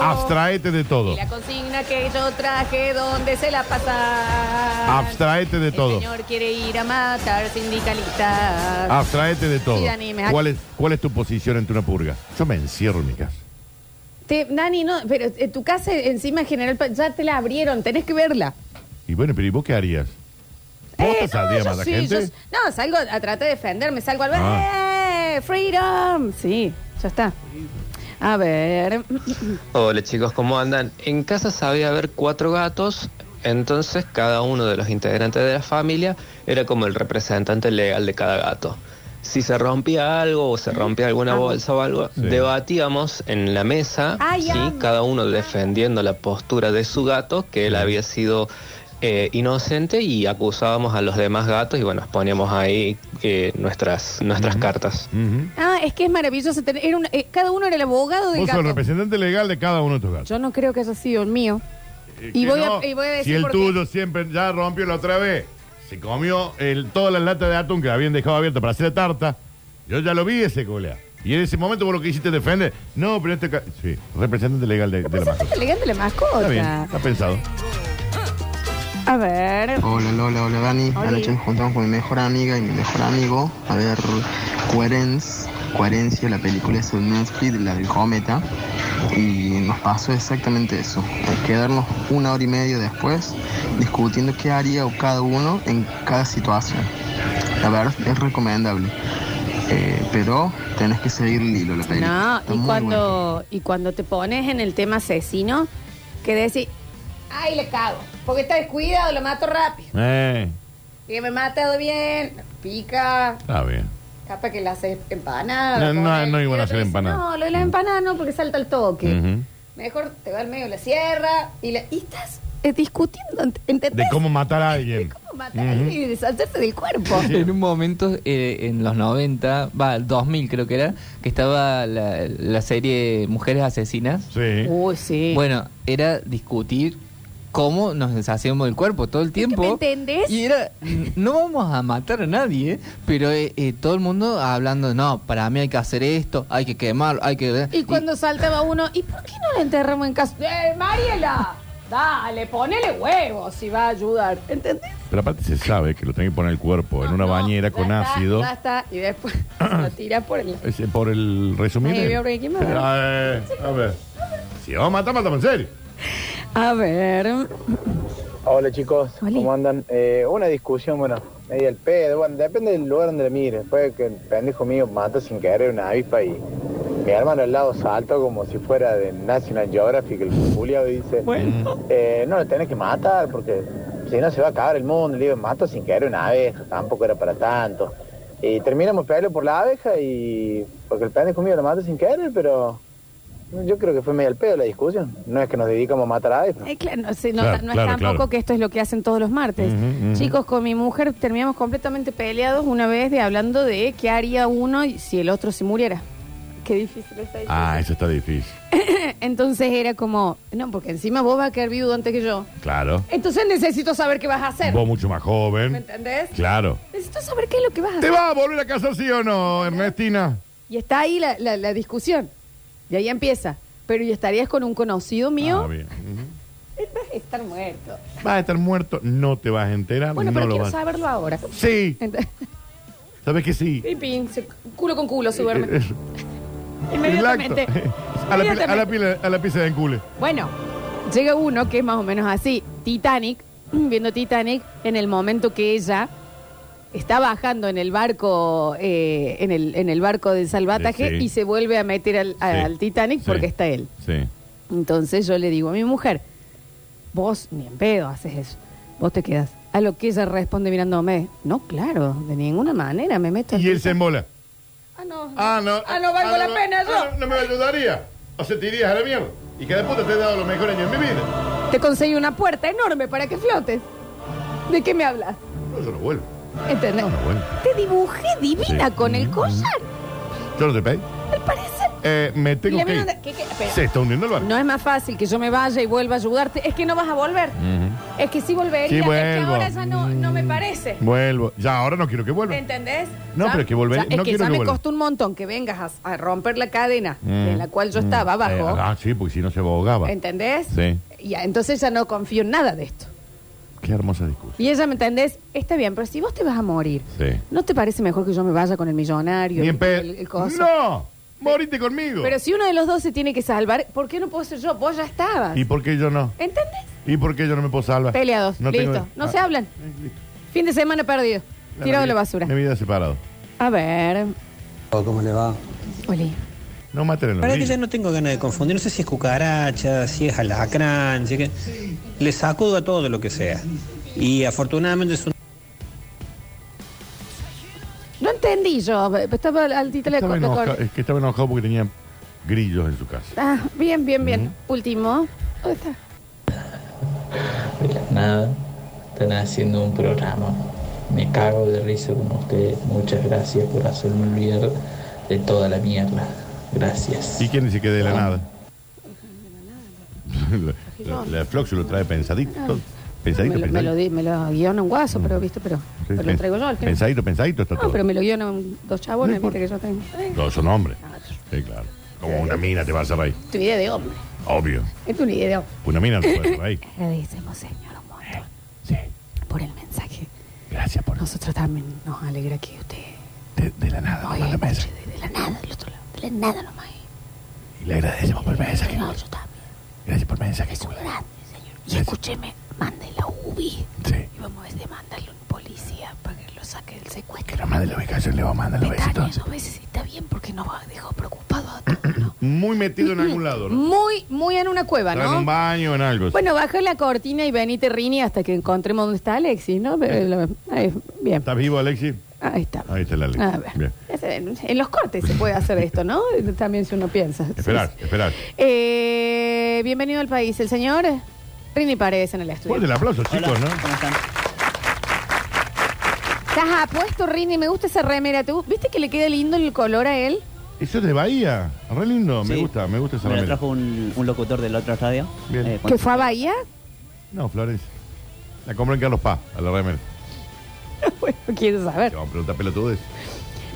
D: Abstraete de todo.
C: Y la consigna que yo traje, ¿dónde se la pasa?
D: Abstraete de
C: El
D: todo.
C: señor quiere ir a matar sindicalistas.
D: Abstraete de todo.
C: Sí, Dani, me-
D: ¿Cuál es, ¿Cuál es tu posición ante una purga? Yo me encierro en mi casa.
C: Te- Dani, no, pero eh, tu casa encima General Paz, ya te la abrieron, tenés que verla.
D: Y bueno, pero ¿y vos qué harías? ¿Vos te
C: Eh, no,
D: saldrías
C: yo
D: más la
C: sí, yo
D: gente?
C: s- no, salgo a tratar de defenderme, salgo al ver.
D: Ah.
C: ¡Eh! ¡Freedom! Sí, ya está. A ver.
B: Hola chicos, ¿cómo andan? En casa sabía haber cuatro gatos, entonces cada uno de los integrantes de la familia era como el representante legal de cada gato. Si se rompía algo o se rompía alguna
C: Amo.
B: bolsa o algo,
D: Sí.
B: debatíamos en la mesa,
C: Ay,
B: ¿sí?
C: amo.
B: cada uno defendiendo la postura de su gato, que él había sido eh, inocente, y acusábamos a los demás gatos y bueno, poníamos ahí eh, nuestras, nuestras cartas.
D: Ujú.
C: Ah, es que es maravilloso. tener- era un- eh, cada uno era el abogado del
D: Vos sos
C: gato.
D: el representante legal de cada uno de tus gatos.
C: Yo no creo que haya sido el mío.
D: Eh,
C: Y
D: que
C: voy a- y voy a decir
D: Si el
C: por qué.
D: tuyo siempre ya rompió la otra vez. Se comió el, todas las latas de atún que la habían dejado abierta para hacer la tarta. Yo ya lo vi ese colea. Y en ese momento vos lo que hiciste es defender. No, pero este. ca- Sí, representante legal de, de la
C: Pues es
D: mascota.
C: elegante la
D: Está bien,
C: mascota.
D: está pensado.
C: A ver.
J: Hola Lola, hola Dani.
C: Hola. Anoche me
J: juntamos con mi mejor amiga y mi mejor amigo a ver Coherence, Coherencia, la película es un Netflix, la del cometa. Y nos pasó exactamente eso. Quedarnos una hora y media después discutiendo qué haría o cada uno en cada situación. La verdad es recomendable. Eh, pero tenés que seguir el hilo la película.
C: No,
J: Está
C: y
J: muy buena.
C: cuando, y cuando te pones en el tema asesino, que decís, ay, le cago, porque está descuidado, lo mato rápido.
D: Eh,
C: Que me matado bien, pica,
D: está bien.
C: capaz que la haces empanada.
D: No, no,
C: ponele,
D: no iban a
C: y otro
D: hacer
C: dice,
D: empanada. Mm.
C: No, lo de la empanada no, porque salta el toque.
D: Ujú.
C: Mejor te va al medio de la sierra y, la- y estás eh, discutiendo, ent- ¿entendés?
D: De cómo matar a
C: De
D: alguien.
C: cómo matar y deshacerse del cuerpo.
G: En un momento, eh, en los 90, va, 2000 creo que era, que estaba la, la serie Mujeres Asesinas.
D: Sí.
C: Uy, sí.
G: Bueno, era discutir cómo nos deshacíamos del cuerpo todo el tiempo.
C: me entendés?
G: Y era, no vamos a matar a nadie, pero eh, eh, todo el mundo hablando, no, para mí hay que hacer esto, hay que quemarlo, hay que...
C: Y cuando saltaba uno, ¿y por qué no la enterramos en casa? ¡Eh, Mariela! Dale, ponele huevos si va a ayudar. ¿Entendés?
D: Pero aparte se sabe que lo tienen que poner el cuerpo en
C: No,
D: una
C: no,
D: bañera
C: ya
D: con
C: está,
D: ácido.
C: Ya está, y después lo tiras por el.
D: Ese por el resumido.
C: Ay, veo que aquí me va.
D: Pero, eh, a ver. Si vamos a matar, matamos en serio.
C: A ver.
J: Hola chicos,
C: Hola.
J: ¿cómo andan? Eh, una discusión, bueno, medio el pedo, bueno, depende del lugar donde le mires. Puede que el pendejo mío mata sin querer una avispa y mi hermano al lado salto como si fuera de National Geographic, el Julio dice, eh, no lo tenés que matar porque si no se va a acabar el mundo. Le digo, mato sin querer una abeja, tampoco era para tanto. Y terminamos peleando por la abeja y porque el pendejo mío lo mata sin querer, pero yo creo que fue medio el pedo la discusión. No es que nos dedicamos a matar abejas.
C: Eh, claro, no, sé, no,
D: Mm. Claro,
C: no es
D: claro,
C: tampoco
D: claro.
C: que esto es lo que hacen todos los martes.
D: Ujú, ujú.
C: Chicos, con mi mujer terminamos completamente peleados una vez de hablando de qué haría uno si el otro se muriera. Qué difícil es ahí.
D: Ah, eso está difícil.
C: Entonces era como, no, porque encima vos vas a quedar viudo antes que yo.
D: Claro.
C: Entonces necesito saber qué vas a hacer.
D: Vos mucho más joven.
C: ¿Me entendés?
D: Claro.
C: Necesito saber qué es lo que vas a
D: ¿Te
C: hacer.
D: vas a volver a casar sí o no, Ernestina?
C: Y está ahí la, la- la discusión. Y ahí empieza. Pero ¿y estarías con un conocido mío?
D: Ah, bien.
C: Vas a estar muerto.
D: Vas a estar muerto, no te vas a enterar,
C: Bueno,
D: pues no
C: pero
D: lo
C: quiero
D: vas.
C: saberlo ahora.
D: Sí,
C: Ent-
D: sabes que sí.
C: Y pin, se- culo con culo se duerme.
D: Eh,
C: Inmediatamente.
D: Exacto. A la, pila- a la
C: Inmediatamente.
D: pila- a la pizza de encule.
C: Bueno, llega uno que es más o menos así, Titanic, viendo Titanic en el momento que ella está bajando en el barco, eh, en, el, en el barco del salvataje
D: Eh, sí.
C: y se vuelve a meter al, al Titanic
D: Sí.
C: porque está él.
D: Sí.
C: Entonces yo le digo a mi mujer, vos ni en pedo haces eso, vos te quedas. A lo que ella responde mirándome, no, claro, de ninguna manera me meto.
D: Y él se embola.
C: Ah, no,
D: Ah, no.
C: Ah, no valgo la
D: no,
C: pena
D: ah,
C: yo.
D: No, no me ayudaría. O sea, te irías a la mierda. Y que de puta te he dado los mejores años de mi vida.
C: te conseguí una puerta enorme para que flotes. ¿De qué me hablas?
D: No, yo no vuelvo.
C: ¿Entendés?
D: Bueno,
C: Te dibujé divina
D: Sí.
C: con el collar.
D: yo no te pedí.
C: Al parecer.
D: Eh, me
C: Y
D: tengo
C: la
D: que
C: mina
D: ir.
C: anda- ¿Qué, qué? Espera.
D: Se está hundiendo el barco.
C: No es más fácil que yo me vaya y vuelva a ayudarte. Es que no vas a volver. Es que sí volvería.
D: Sí,
C: es que
D: vuelvo. Mm.
C: ahora ya no, no me parece.
D: Vuelvo. Ya, ahora no quiero que vuelva.
C: ¿Entendés?
D: No,
C: Ya-
D: pero que volver-
C: ya- es
D: no
C: que
D: quiero
C: ya
D: que
C: me
D: vuelva.
C: costó un montón que vengas a, a romper la cadena
D: Mm.
C: en la cual yo estaba
D: Eh,
C: abajo.
D: ah, sí, porque si no se ahogaba.
C: ¿Entendés?
D: Sí.
C: Y a- entonces ya no confío en nada de esto.
D: Qué hermosa discusión.
C: Y ella, ¿me entendés? Está bien, pero si vos te vas a morir,
D: Sí.
C: ¿no te parece mejor que yo me vaya con el millonario?
D: Ni en
C: el-
D: pe-
C: el- el coso?
D: ¡No! ¡Morite conmigo!
C: Pero si uno de los dos se tiene que salvar, ¿por qué no puedo ser yo? Vos ya estabas.
D: ¿Y por qué yo no?
C: ¿Entendés?
D: ¿Y por qué yo no me puedo salvar?
C: Peleados.
D: No
C: listo.
D: tengo-
C: No
D: Ah,
C: se hablan. Fin de semana perdido. Tirado a la basura.
D: Mi vida separado.
C: A ver.
L: ¿Cómo le va?
C: Oli.
D: No maten a los
L: Para que
D: niños.
L: ya no tengo ganas de confundir, no sé si es cucaracha, si es alacrán, si es que... Le sacudo a todo lo que sea. Y afortunadamente es un...
C: No entendí yo. Estaba al al título de
D: Estaba
C: corte,
D: enojado,
C: corte.
D: es que estaba enojado porque tenía grillos en su casa.
C: Ah, bien, bien, bien. Último. ¿Dónde está?
M: de la nada, están haciendo un programa. Me cago de risa con ustedes. Muchas gracias por hacerme olvidar de toda la mierda. Gracias.
D: ¿Y quién dice que de la nada? la, la Flox lo trae pensadito. todo. Pensadito,
C: Ah. Me lo, me lo
D: pensadito.
C: di- me lo guiona un guaso, pero viste, pero, pero lo traigo yo al final.
D: Pensadito, pensadito está
C: No,
D: todo.
C: pero me lo guionan dos chabones, viste que yo tengo. Eh,
D: Todos son hombres. Sí, claro. Como una mina te vas a reír.
C: Tu idea de hombre.
D: Obvio.
C: Es tu idea de hombre.
D: Una mina no te vas a reír.
C: Agradecemos, señor, un montón. Por el mensaje.
D: Gracias por
C: Nosotros también nos alegra que usted.
D: De, de la nada,
C: nos manda mensaje. De, de la nada, del otro lado. De la nada nomás.
D: Y le agradecemos por el mensaje.
C: No, yo también.
D: Gracias por el mensaje.
C: Es un grande, señor. Y escúcheme, mande la UBI.
D: Sí.
C: Y vamos a demandarle a un policía para que lo saque del secuestro.
D: Nomás de la ubicación le va a mandar los
C: Tania,
D: besitos.
C: dos veces y está bien porque nos va- dejó preocupado a
D: Muy metido en algún lado, ¿no?
C: Muy, muy en una cueva,
D: Está en un
C: Mm, ¿no?
D: baño, en algo.
C: Bueno, baja la cortina y venite Rini hasta que encontremos dónde está Alexis, ¿no? Eh, la- ahí, bien,
D: ¿Estás vivo, Alexi?
C: ahí está.
D: Ahí está la Alexi.
C: A ver.
D: Bien.
C: Es En en los cortes se puede hacer esto, ¿no? También si uno piensa.
D: Esperar, esperar.
C: Eh, bienvenido al país, el señor Rini Paredes en el estudio.
D: Fuerte el aplauso, chicos, ¿no?
C: Estás apuesto, Rini, me gusta esa remera. ¿Te gu- ¿Viste que le queda lindo el color a él?
D: Eso es de Bahía. Re lindo. Me
N: Sí.
D: gusta, me gusta esa
N: Me lo
D: remera.
N: trajo un, un locutor de la otra radio.
D: Bien.
N: Eh,
C: ¿Que fue a Bahía?
D: No, Florencia. La compré en Carlos Paz, a la remera.
C: No quiero saber.
D: Te vamos a preguntar pelotudes.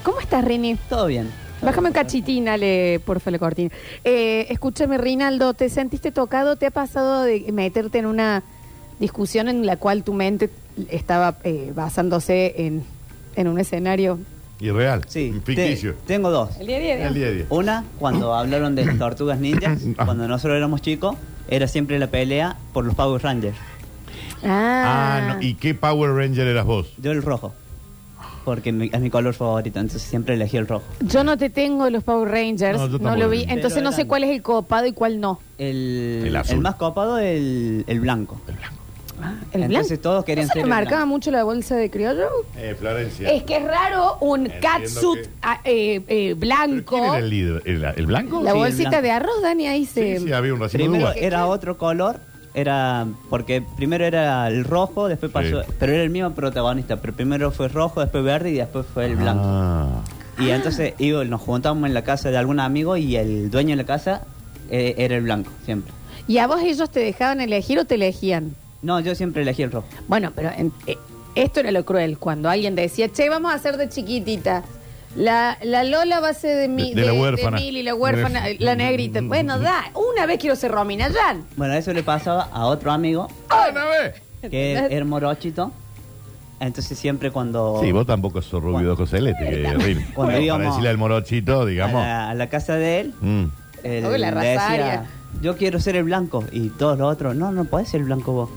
C: ¿Cómo estás, Rini?
N: Todo bien.
C: Bájame un cachitín, dale, porfa, la cortina. Eh, escúchame, Rinaldo, ¿te sentiste tocado? ¿Te ha pasado de meterte en una discusión en la cual tu mente estaba eh, basándose en, en un escenario?
D: Irreal.
N: Sí.
D: Ficticio.
N: Te- tengo dos.
C: El día de
D: El día a día.
N: Una, cuando hablaron de las tortugas ninjas,
D: Ah.
N: cuando nosotros éramos chicos, era siempre la pelea por los Power Rangers.
C: Ah,
D: Ah, no. ¿Y qué Power Ranger eras vos?
N: Yo el rojo. Porque mi- es mi color favorito, entonces siempre elegí el rojo.
C: Yo no te tengo los Power Rangers,
N: No, yo
C: no,
N: tampoco
C: lo
N: lo vi.
C: vi, entonces
N: Pero
C: no sé
N: eran-
C: cuál es el copado y cuál no.
N: El,
D: El azul.
N: más copado, el, el blanco. El blanco.
C: El
N: entonces
C: blanco.
N: todos querían
C: ¿No se
N: ser
C: le
N: el
C: marcaba
N: blanco.
C: mucho la bolsa de criollo?
D: Eh, Florencia.
C: Es que es raro un
D: Entiendo
C: catsuit
D: que-
C: ah, eh, eh, blanco.
D: ¿Quién era el líder? ¿El, el blanco?
C: La
N: Sí, el
C: bolsita
N: blanco.
C: de arroz, Dani, ahí se...
D: Sí, había un racimo de
N: Primero
D: uva.
N: era otro color, era porque primero era el rojo, después pasó, pero era el mismo protagonista, pero primero fue rojo, después verde y después fue el blanco.
D: Ah.
N: Y entonces iba- nos juntábamos en la casa de algún amigo y el dueño de la casa eh, era el blanco, siempre.
C: ¿Y a vos ellos te dejaban elegir o te elegían?
N: No, yo siempre elegí el rojo.
C: Bueno, pero en- eh, esto era lo cruel, cuando alguien decía, che, vamos a hacer de chiquitita. La, la Lola va a ser de, mi,
D: De- de la huérfana.
C: Mil y la huérfana, la negrita. Bueno, da, una vez quiero ser Romina Yan.
N: Bueno, eso le pasaba a otro amigo
D: ¡Una vez!
N: que era morochito. Entonces siempre cuando...
D: Sí, vos tampoco sos rubio de ojos celeste, que Rini.
N: Cuando
D: Para
N: íbamos-
D: decirle al morochito, digamos.
N: A la, a la casa de él,
D: Mm.
N: él
C: Oye,
N: le
C: la raza aria.
N: decía, yo quiero ser el blanco. Y todos los otros, no, no podés ser el blanco vos.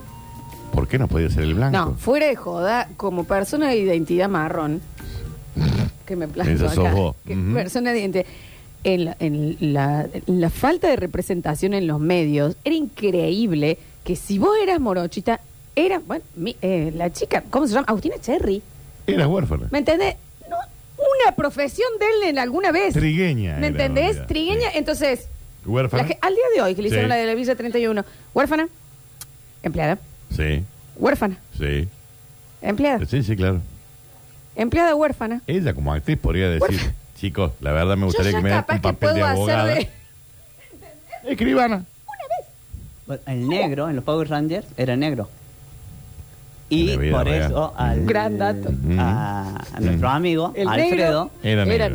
D: ¿Por qué no podía ser el
C: No,
D: blanco?
C: fuera de joda, como persona de identidad marrón, que me planteo
D: Esa sos
C: acá,
D: vos.
C: que
D: Ujú.
C: persona de identidad, en la, en la- la falta de representación en los medios, era increíble que si vos eras morochita, era, bueno, mi- eh, la chica, ¿cómo se llama? Agustina Cherry,
D: Eras huérfana.
C: ¿me entendés? No, una profesión de él en alguna vez.
D: Trigueña.
C: ¿Me
D: era,
C: entendés?
D: mira.
C: Trigueña, entonces,
D: ¿Huérfana?
C: la que- Ah. al día de hoy, que le
D: Sí.
C: hicieron la de la Villa 31, huérfana, empleada,
D: Sí,
C: huérfana,
D: sí.
C: empleada,
D: Sí, sí, claro.
C: empleada huérfana.
D: Ella como actriz podría decir, chicos, la verdad me gustaría
C: Yo
D: que
C: ya
D: me den
C: capaz
D: un
C: que
D: papel de
C: puedo hacer
D: abogada.
C: de...
D: Escribana.
N: Bueno, El negro, en los Power Rangers, era negro. Y
D: En la vida
N: por
D: real.
N: eso al,
C: Gran dato.
D: Mm.
N: a, a nuestro amigo
C: El
N: Alfredo
D: Era negro.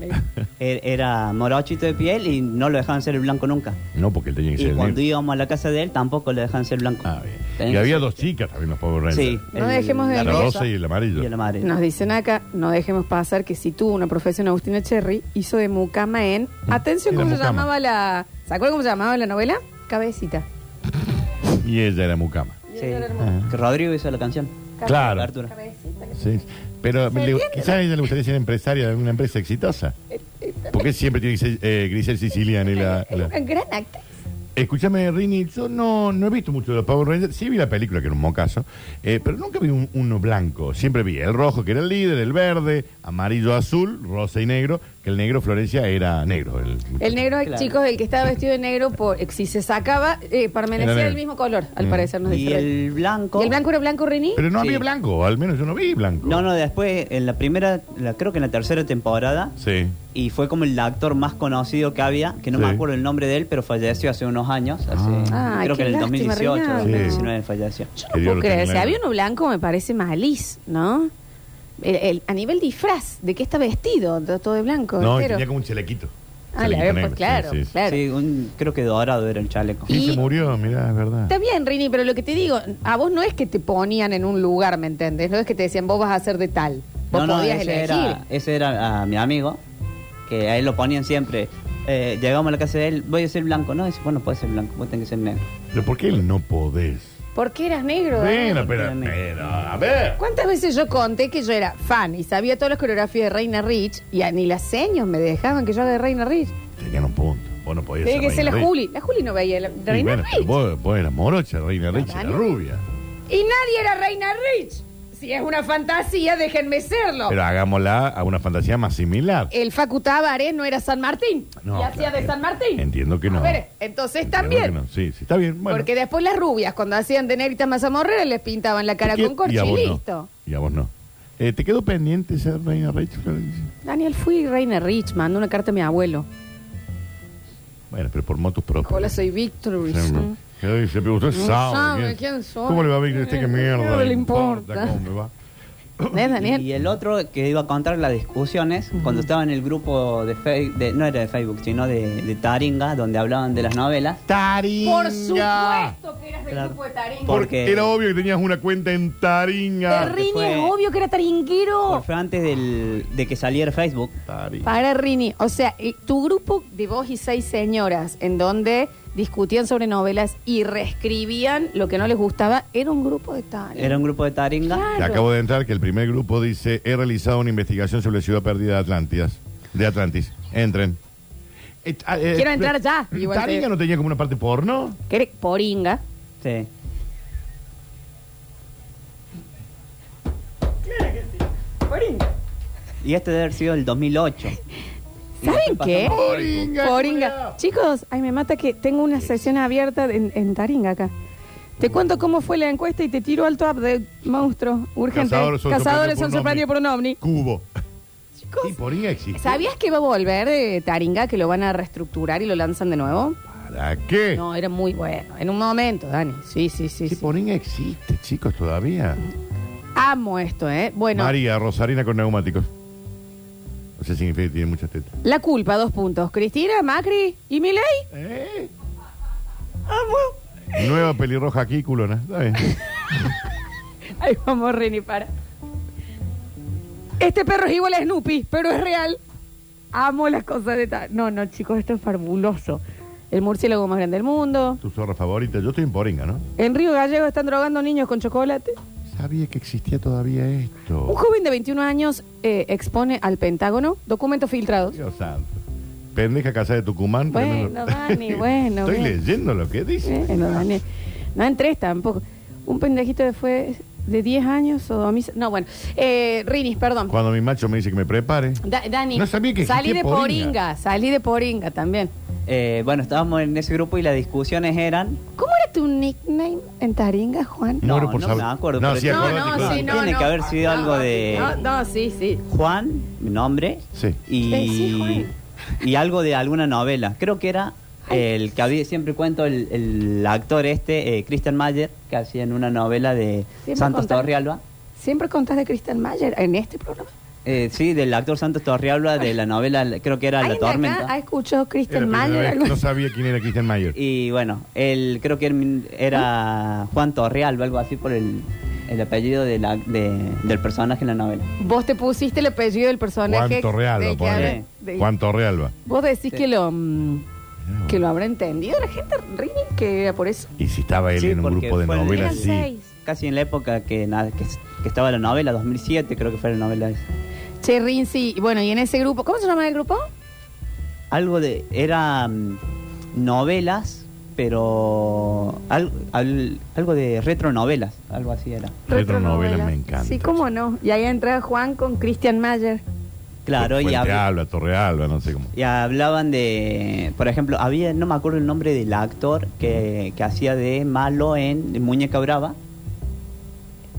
N: er- era morochito de piel y no lo dejaban ser el blanco nunca.
D: No, porque él tenía que
N: Y
D: ser
N: cuando
D: negro. Ah,
N: íbamos a la casa de él tampoco le dejaban ser blanco. Tenía
D: Y
N: que
D: había
N: ser-
D: dos chicas también los Power Rangers.
N: Sí.
C: No dejemos de
D: La
C: ver.
D: rosa y el amarillo.
N: Y el amarillo.
C: Nos dicen acá, no dejemos pasar que si tuvo una profesión Agustina Cherry, hizo de mucama en... Atención,
D: Mm. Era
C: ¿cómo se
D: mucama.
C: llamaba la... ¿Se acuerdan cómo se llamaba la novela? Cabecita.
D: Y ella era mucama.
N: Sí. Que Rodrigo hizo la canción.
D: Claro.
N: Arturo.
D: Sí. Pero le- quizás a ella le gustaría ser empresaria de una empresa exitosa. Porque siempre tiene que ser eh, Grisel Siciliani. La, la-
C: Una gran acta.
D: Escúchame, Rini, yo no, no he visto mucho de los Power Rangers. Sí vi la película, que era un mocazo, eh, pero nunca vi un- uno blanco. Siempre vi el rojo, que era el líder, el verde, amarillo, azul, rosa y negro, que el negro, Florencia, era negro. El,
C: El negro,
D: Claro.
C: chicos, el que estaba vestido de negro, por, si se sacaba, eh, permanecía
D: Era negro.
C: del mismo color, al
D: Mm.
C: parecer nos
N: Y
C: dice.
N: el blanco.
C: ¿Y el blanco era blanco, Rini?
D: Pero no había blanco, al menos yo no vi blanco.
N: No, no, después, en la primera, la- creo que en la tercera temporada,
D: Sí.
N: y fue como el actor más conocido que había, que no me
D: Sí.
N: acuerdo el nombre de él, pero falleció hace unos años, hace-
C: Ah. Ay,
N: creo que
C: qué
N: en el
C: lástima,
N: 2018,
C: Reinaldo.
N: 2019 falleció. Yo
C: No puedo creer, si había uno blanco me parece más lis, ¿no? El- el- a nivel disfraz, ¿de qué está vestido? Todo todo de blanco.
D: No, y
C: entero.
D: tenía como un chalequito.
C: Ah, la
D: Chalequito
C: veo,
D: negro,
C: pues, claro,
D: sí, sí, sí.
C: claro.
N: creo que dorado era el chaleco.
D: Sí,
C: Y-
D: se murió, mirá, es verdad.
C: Está bien, Rini, pero lo que te digo, a vos no es que te ponían en un lugar, ¿me entendés? No es que te decían, vos vas a ser de tal. Vos
N: No, no,
C: podías
N: ese
C: elegir.
N: era, ese era ah, mi amigo, que a él lo ponían siempre. Eh, llegamos a la casa de él, voy a ser blanco. No, dice, bueno, puede ser blanco, vos tenés que ser negro.
D: ¿Pero por qué él no podés?
C: ¿Por qué eras negro? Daniel?
D: Bueno, pero, pero, a ver.
C: ¿Cuántas veces yo conté que yo era fan y sabía todas las coreografías de Reina Rich y a- ni las señas me dejaban que yo haga de Reina Rich?
D: Tenían un punto. Vos no podías
C: Tenía que ser la
D: Reina Rich.
C: Juli. La Juli no veía la
D: Sí,
C: Reina
D: bueno,
C: Rich.
D: pero vos, vos eras morocha, Reina Rich, era
C: Daniel.
D: rubia.
C: Y nadie era Reina Rich. Si es una fantasía, déjenme serlo.
D: Pero hagámosla a una fantasía más similar.
C: El Facu Tabaré no era San Martín.
D: No,
C: y hacía
D: claro.
C: de San Martín.
D: Entiendo que no.
C: A ver, entonces
D: Entiendo
C: también.
D: que no. Sí, sí, está bien. Bueno,
C: Porque después las rubias, cuando hacían de negritas mazamorreras, les pintaban la cara
D: Te qued-
C: con corcho
D: y a
C: y,
D: vos no.
C: listo.
D: y a vos no. Eh, ¿Te quedó pendiente ser Reina Rich, Florencia?
C: Daniel, fui Reina Rich, mandó una carta a mi abuelo.
D: Bueno, pero por motos
C: Hola,
D: propios.
C: soy Victory.
D: Sí, no. Ay, Se preguntó,
C: No
D: ¿sabe
C: sabe
D: quién?
C: quién soy. Eh,
D: ¿Cómo le va a ver este que mierda?
C: No le importa.
D: ¿Cómo me va?
C: ¿Ves, Daniel?
N: Y el otro que iba a contar las discusiones, cuando estaba en el grupo de Facebook, no era de Facebook, sino de, de Taringa, donde hablaban de las novelas.
D: Taringa.
C: Por supuesto que eras del
N: Claro.
C: grupo de Taringa.
N: Porque
D: Era obvio que tenías una cuenta en Taringa.
C: De Rini es obvio que era taringuero.
N: fue antes del, de que saliera Facebook.
C: Para Rini, o sea, eh, tu grupo de vos y seis señoras, en donde discutían sobre novelas y reescribían lo que no les gustaba, era un grupo de tal.
N: Era un grupo de Taringa.
D: Que acabo de entrar que el primer grupo dice, he realizado una investigación sobre la ciudad perdida de Atlantis. De Atlantis. Entren. Eh, ah, eh,
C: Quiero entrar ya. Igual te-
D: ¿Taringa no tenía como una parte porno?
C: que era poringa.
N: Sí.
C: Poringa.
N: Y este debe haber sido el 2008.
C: ¿Saben qué?
N: Poringa,
C: Poringa. Chicos, ay, me mata que tengo una sesión abierta en, en Taringa acá. Te
D: Mm.
C: cuento cómo fue la encuesta y te tiro al top de monstruo urgente.
D: Cazadores son
C: Cazadores
D: sorprendidos
C: son
D: por un
C: sorprendidos por un ovni.
D: Cubo. Sí, poringa existe.
C: ¿Sabías que va a volver eh, Taringa, que lo van a reestructurar y lo lanzan de nuevo?
D: ¿Para qué?
C: No, era muy bueno. En un momento, Dani. Sí, sí, sí.
D: Sí,
C: sí.
D: poringa existe, chicos, todavía.
C: Amo esto, ¿eh? Bueno,
D: María, Rosarina con neumáticos. Eso significa que tiene muchas tetas.
C: La culpa, dos puntos. Cristina, Macri y Milei. ¿Eh?
D: Nueva pelirroja aquí, culona. Está bien.
C: Ay, vamos, Rini, para. Este perro es igual a Snoopy, pero es real. Amo las cosas de tal. No, no, chicos, esto es fabuloso. El murciélago más grande del mundo.
D: Tu zorra favorita. Yo estoy en Poringa, ¿no?
C: En Río Gallego están drogando niños con chocolate.
D: Sabía que existía todavía esto.
C: Un joven de 21 años eh, expone al Pentágono documentos filtrados.
D: Dios santo. Pendeja casa de Tucumán.
C: Bueno,
D: tremendo-
C: Dani, bueno,
D: Estoy
C: bien.
D: leyendo lo que dice.
C: Bueno, Eh, Daniel. No entres tampoco. Un pendejito de fue de 10 años sodomiza. No, bueno. Eh, Rinis, perdón.
D: Cuando mi macho me dice que me prepare.
C: Da- Dani,
D: No sabía que
C: salí de
D: existía
C: poringa.
D: Poringa.
C: salí de poringa también.
N: Eh, bueno, estábamos en ese grupo y las discusiones eran.
C: ¿Cómo era tu nickname en Taringa, Juan?
N: no, no me acuerdo.
D: No,
N: pero
D: sí,
N: tiene-
D: acordate, No, no, claro. sí, no,
N: Tiene que
D: no.
N: haber sido algo de
C: No, no, sí, sí.
N: Juan, mi nombre. Y,
C: Eh, sí, Juan.
N: y algo de alguna novela. Creo que era el que había, siempre cuento el, el actor este, eh, Christian Mayer, que hacía en una novela de
C: Siempre
N: Santos
C: contar-
N: Torrealba.
C: Siempre contás de Christian Mayer en este programa.
N: Eh, sí, del actor Santos Torrealba de la novela, creo que era La
C: ¿Alguien
N: Tormenta.
C: acá ha escuchado
D: Era
C: Christian
D: la primera
C: Mayer?
D: vez
C: algo?
D: que No sabía quién era Christian Mayer.
N: Y bueno, él creo que él era Juan Torrealba, algo así por el, el apellido de la- de- del personaje en la novela.
C: Vos te pusiste el apellido del personaje.
D: Juan Torrealba,
C: de que
D: ponele.
C: habla- de-
D: Juan Torrealba.
C: Vos decís
N: Sí.
C: que lo mm, que lo habrá entendido la gente, Rini, que era por eso.
D: Y si estaba él
N: Sí,
D: en un
N: porque
D: grupo de
N: fue el-
D: novelas,
C: Eran
D: sí.
C: seis.
N: Casi en la época que, nada, que, que estaba la novela, 2007 creo que fue la novela esa.
C: Che, Rinzi, y bueno, y en ese grupo, ¿cómo se llama el grupo?
N: Algo de... Era mm, novelas, pero al- al- algo de retronovelas, algo así era.
D: Retronovelas me encanta.
C: Sí, cómo no. Y ahí entra Juan con Christian Mayer.
N: Claro, y, habl-
D: Torrealba, Torrealba, no sé cómo.
N: y hablaban de... Por ejemplo, había, no me acuerdo el nombre del actor que, que hacía de malo en Muñeca Brava.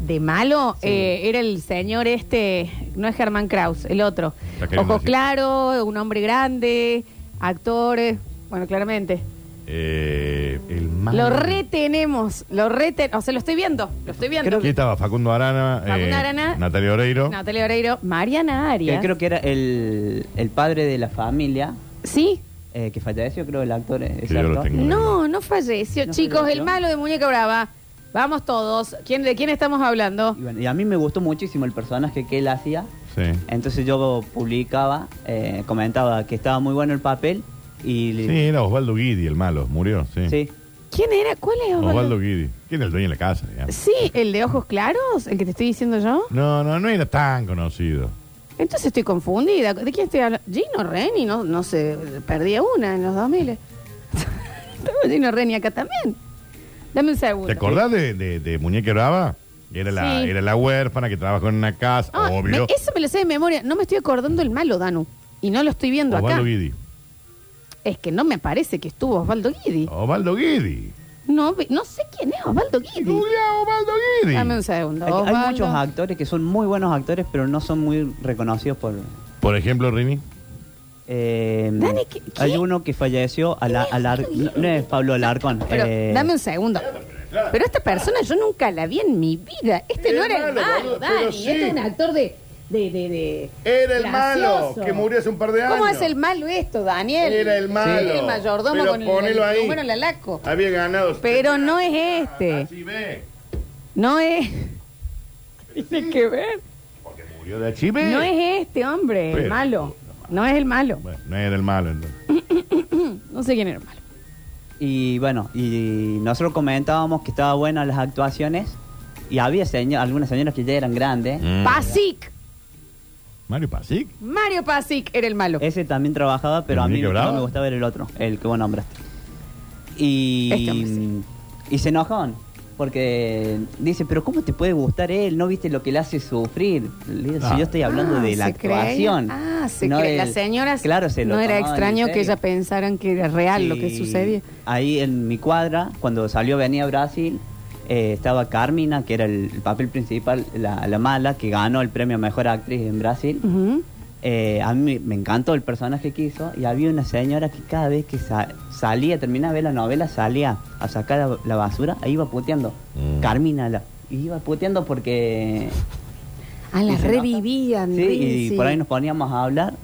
C: De malo eh, era el señor este, no es Germán Kraus, el otro.
D: Está queriendo
C: Ojo
D: decir.
C: claro, un hombre grande, actores, bueno, claramente.
D: Eh, el malo.
C: Lo retenemos, lo retenemos, o sea, lo estoy viendo, lo estoy viendo.
D: Aquí estaba Facundo Arana,
C: Facundo
D: eh,
C: Arana.
D: Natalia Oreiro.
C: Natalia Oreiro, Mariana
N: Que
C: Arias.
N: creo que era el, el padre de la familia.
C: Sí.
N: eh, que falleció, creo, el actor. ese
D: yo lo
N: actor.
D: tengo.
C: No, no falleció. Chicos, el malo de Muñeca Brava. Vamos todos. ¿Quién, ¿De quién estamos hablando?
N: Y, bueno, y a mí me gustó muchísimo el personaje que él hacía.
D: Sí.
N: Entonces yo publicaba, eh, comentaba que estaba muy bueno el papel. Y le-
D: Sí, era Osvaldo Guidi, el malo. Murió, sí.
N: Sí.
C: ¿Quién era? ¿Cuál es Osvaldo?
D: Osvaldo Guidi. ¿Quién era el dueño de la casa? digamos?
C: Sí, el de ojos claros, el que te estoy diciendo yo.
D: No, no, no era tan conocido.
C: Entonces estoy confundida. ¿De quién estoy hablando? Gino Reni, no, no sé, perdí una en los 2000. Estaba Gino Reni acá también. Dame un segundo.
D: ¿Te acordás de, de, de Muñeca Brava? Era la,
C: Sí.
D: era la huérfana que trabajó en una casa,
C: Ah,
D: obvio.
C: me- eso me lo sé de memoria. No me estoy acordando el malo, Danu. Y no lo estoy viendo
D: Osvaldo
C: acá.
D: Guidi.
C: Es que no me parece que estuvo Osvaldo Guidi.
D: Osvaldo Guidi.
C: No, ve- no sé quién es Osvaldo Guidi.
D: Osvaldo Guidi.
C: Dame un segundo.
N: Hay, hay
C: Osvaldo.
N: muchos actores que son muy buenos actores, pero no son muy reconocidos por...
D: Por ejemplo, Rini.
N: eh, Hay uno que falleció a la, a la- no, no es Pablo Alarcón.
C: Pero
N: eh,
C: dame un segundo. Pero esta persona yo nunca la vi en mi vida. Este
D: Era
C: no era el
D: malo,
C: malo,
D: boludo,
C: Dani.
D: pero sí.
C: Este es un actor de. de, de, de-
D: Era el
C: gracioso.
D: malo que murió hace un par de años.
C: ¿Cómo es el malo esto, Daniel?
D: Era el malo.
C: Era el mayordomo
D: Pero
C: con el, el
D: ponelo ahí.
C: número en la laco.
D: Había ganado.
C: Pero no es este.
D: Así ve.
C: No es. Tiene que ver.
D: Murió de Achibé.
C: No es este, hombre, el
D: Pero-
C: malo. No es el malo.
D: Bueno, no era el malo. entonces.
C: No sé quién era el malo.
N: Y bueno, y nosotros comentábamos que estaban buenas las actuaciones. Y había seño- algunas señoras que ya eran grandes.
C: Mm. Pasic.
D: Mario Pasic.
C: Mario Pasic era el malo.
N: Ese también trabajaba, pero
D: ¿El
N: a mí
D: Muñeca
N: no
D: Brava?
N: me gustaba ver el otro, el que vos nombraste. Y,
C: Este hombre,
N: y se enojaban, porque dice, pero ¿cómo te puede gustar él? ¿No viste lo que le hace sufrir? Le digo,
C: Ah.
N: Si yo estoy hablando
C: Ah,
N: de la
C: se creía.
N: actuación.
C: Ah, se
N: no
C: cree.
N: del-
C: Las señoras.
N: Claro, se lo
C: no era
N: tomaban en
C: extraño que
N: serio.
C: ellas pensaran que era real lo
N: Y
C: que sucedía.
N: Ahí en mi cuadra, cuando salió Venía a Brasil, eh, estaba Carmina, que era el, el papel principal, la, la mala, que ganó el premio a Mejor Actriz en Brasil.
C: Ujú.
N: Eh, a mí me encantó el personaje que hizo y había una señora que cada vez que sa- salía, terminaba de ver la novela, salía a sacar la, la basura e iba puteando. Carmina la y iba puteando porque...
C: Ah, la
N: Y se
C: revivían.
N: sí, y
C: Rinzi.
N: por ahí nos poníamos a hablar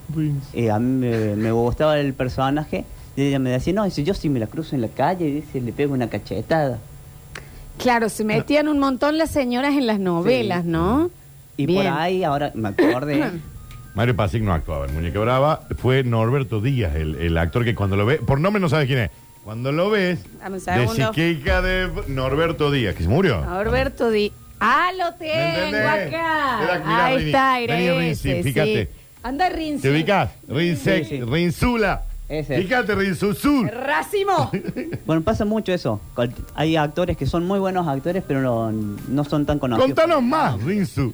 N: eh, a mí me, me gustaba el personaje. Y ella me decía, no, dice, yo si me la cruzo en la calle, dice, le pego una cachetada.
C: Claro, se metían un montón las señoras en las novelas, ¿no?
N: Y
C: Bien.
N: por ahí, ahora me acordé,
D: Mario Pasic no actuaba en Muñeca Brava, fue Norberto Díaz, el, el actor que cuando lo ve, por nombre no sabes quién es, cuando lo ves,
C: Dame un
D: de
C: segundo.
D: psiquica de Norberto Díaz, que se murió.
C: Norberto Di. ¡Ah, lo tengo
D: entendés? Era-
C: acá!
D: mirá,
C: Ahí
D: Rini.
C: está, era
D: Vení,
C: ese,
D: Rinzi, fíjate.
C: sí. Anda, Rinzi.
D: ¿Te ubicas? Rinsec, Rinsula.
N: Fíjate,
D: Rinsusul.
C: ¡Racimo!
N: Bueno, pasa mucho eso. Col- Hay actores que son muy buenos actores, pero no, no son tan conocidos.
D: Contanos más, Rinsu.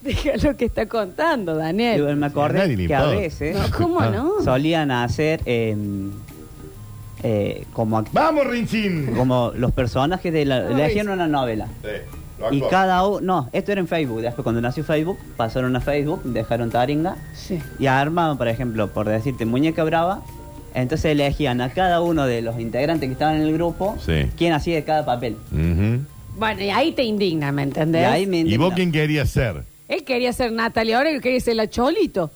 C: Deja lo que está contando, Daniel.
N: me acordé
C: nadie le
N: que a
C: importa.
N: veces
C: No,
D: Ah.
C: ¿cómo no?
N: solían hacer eh, eh, como act-
D: vamos Rinchín
N: como los personajes de la
D: Vamos,
N: elegían una novela y cada uno no esto era en Facebook después cuando nació Facebook pasaron a Facebook dejaron Taringa
C: Sí.
N: y armaban por ejemplo por decirte muñeca brava entonces elegían a cada uno de los integrantes que estaban en el grupo
D: Sí.
N: quién hacía de cada papel
C: Bueno, y ahí te indigna, ¿me entendés?
N: Y ahí me
D: ¿Y vos
N: indigna.
D: quién querías ser?
C: Él quería ser Natalia, ahora él quería ser la Cholito.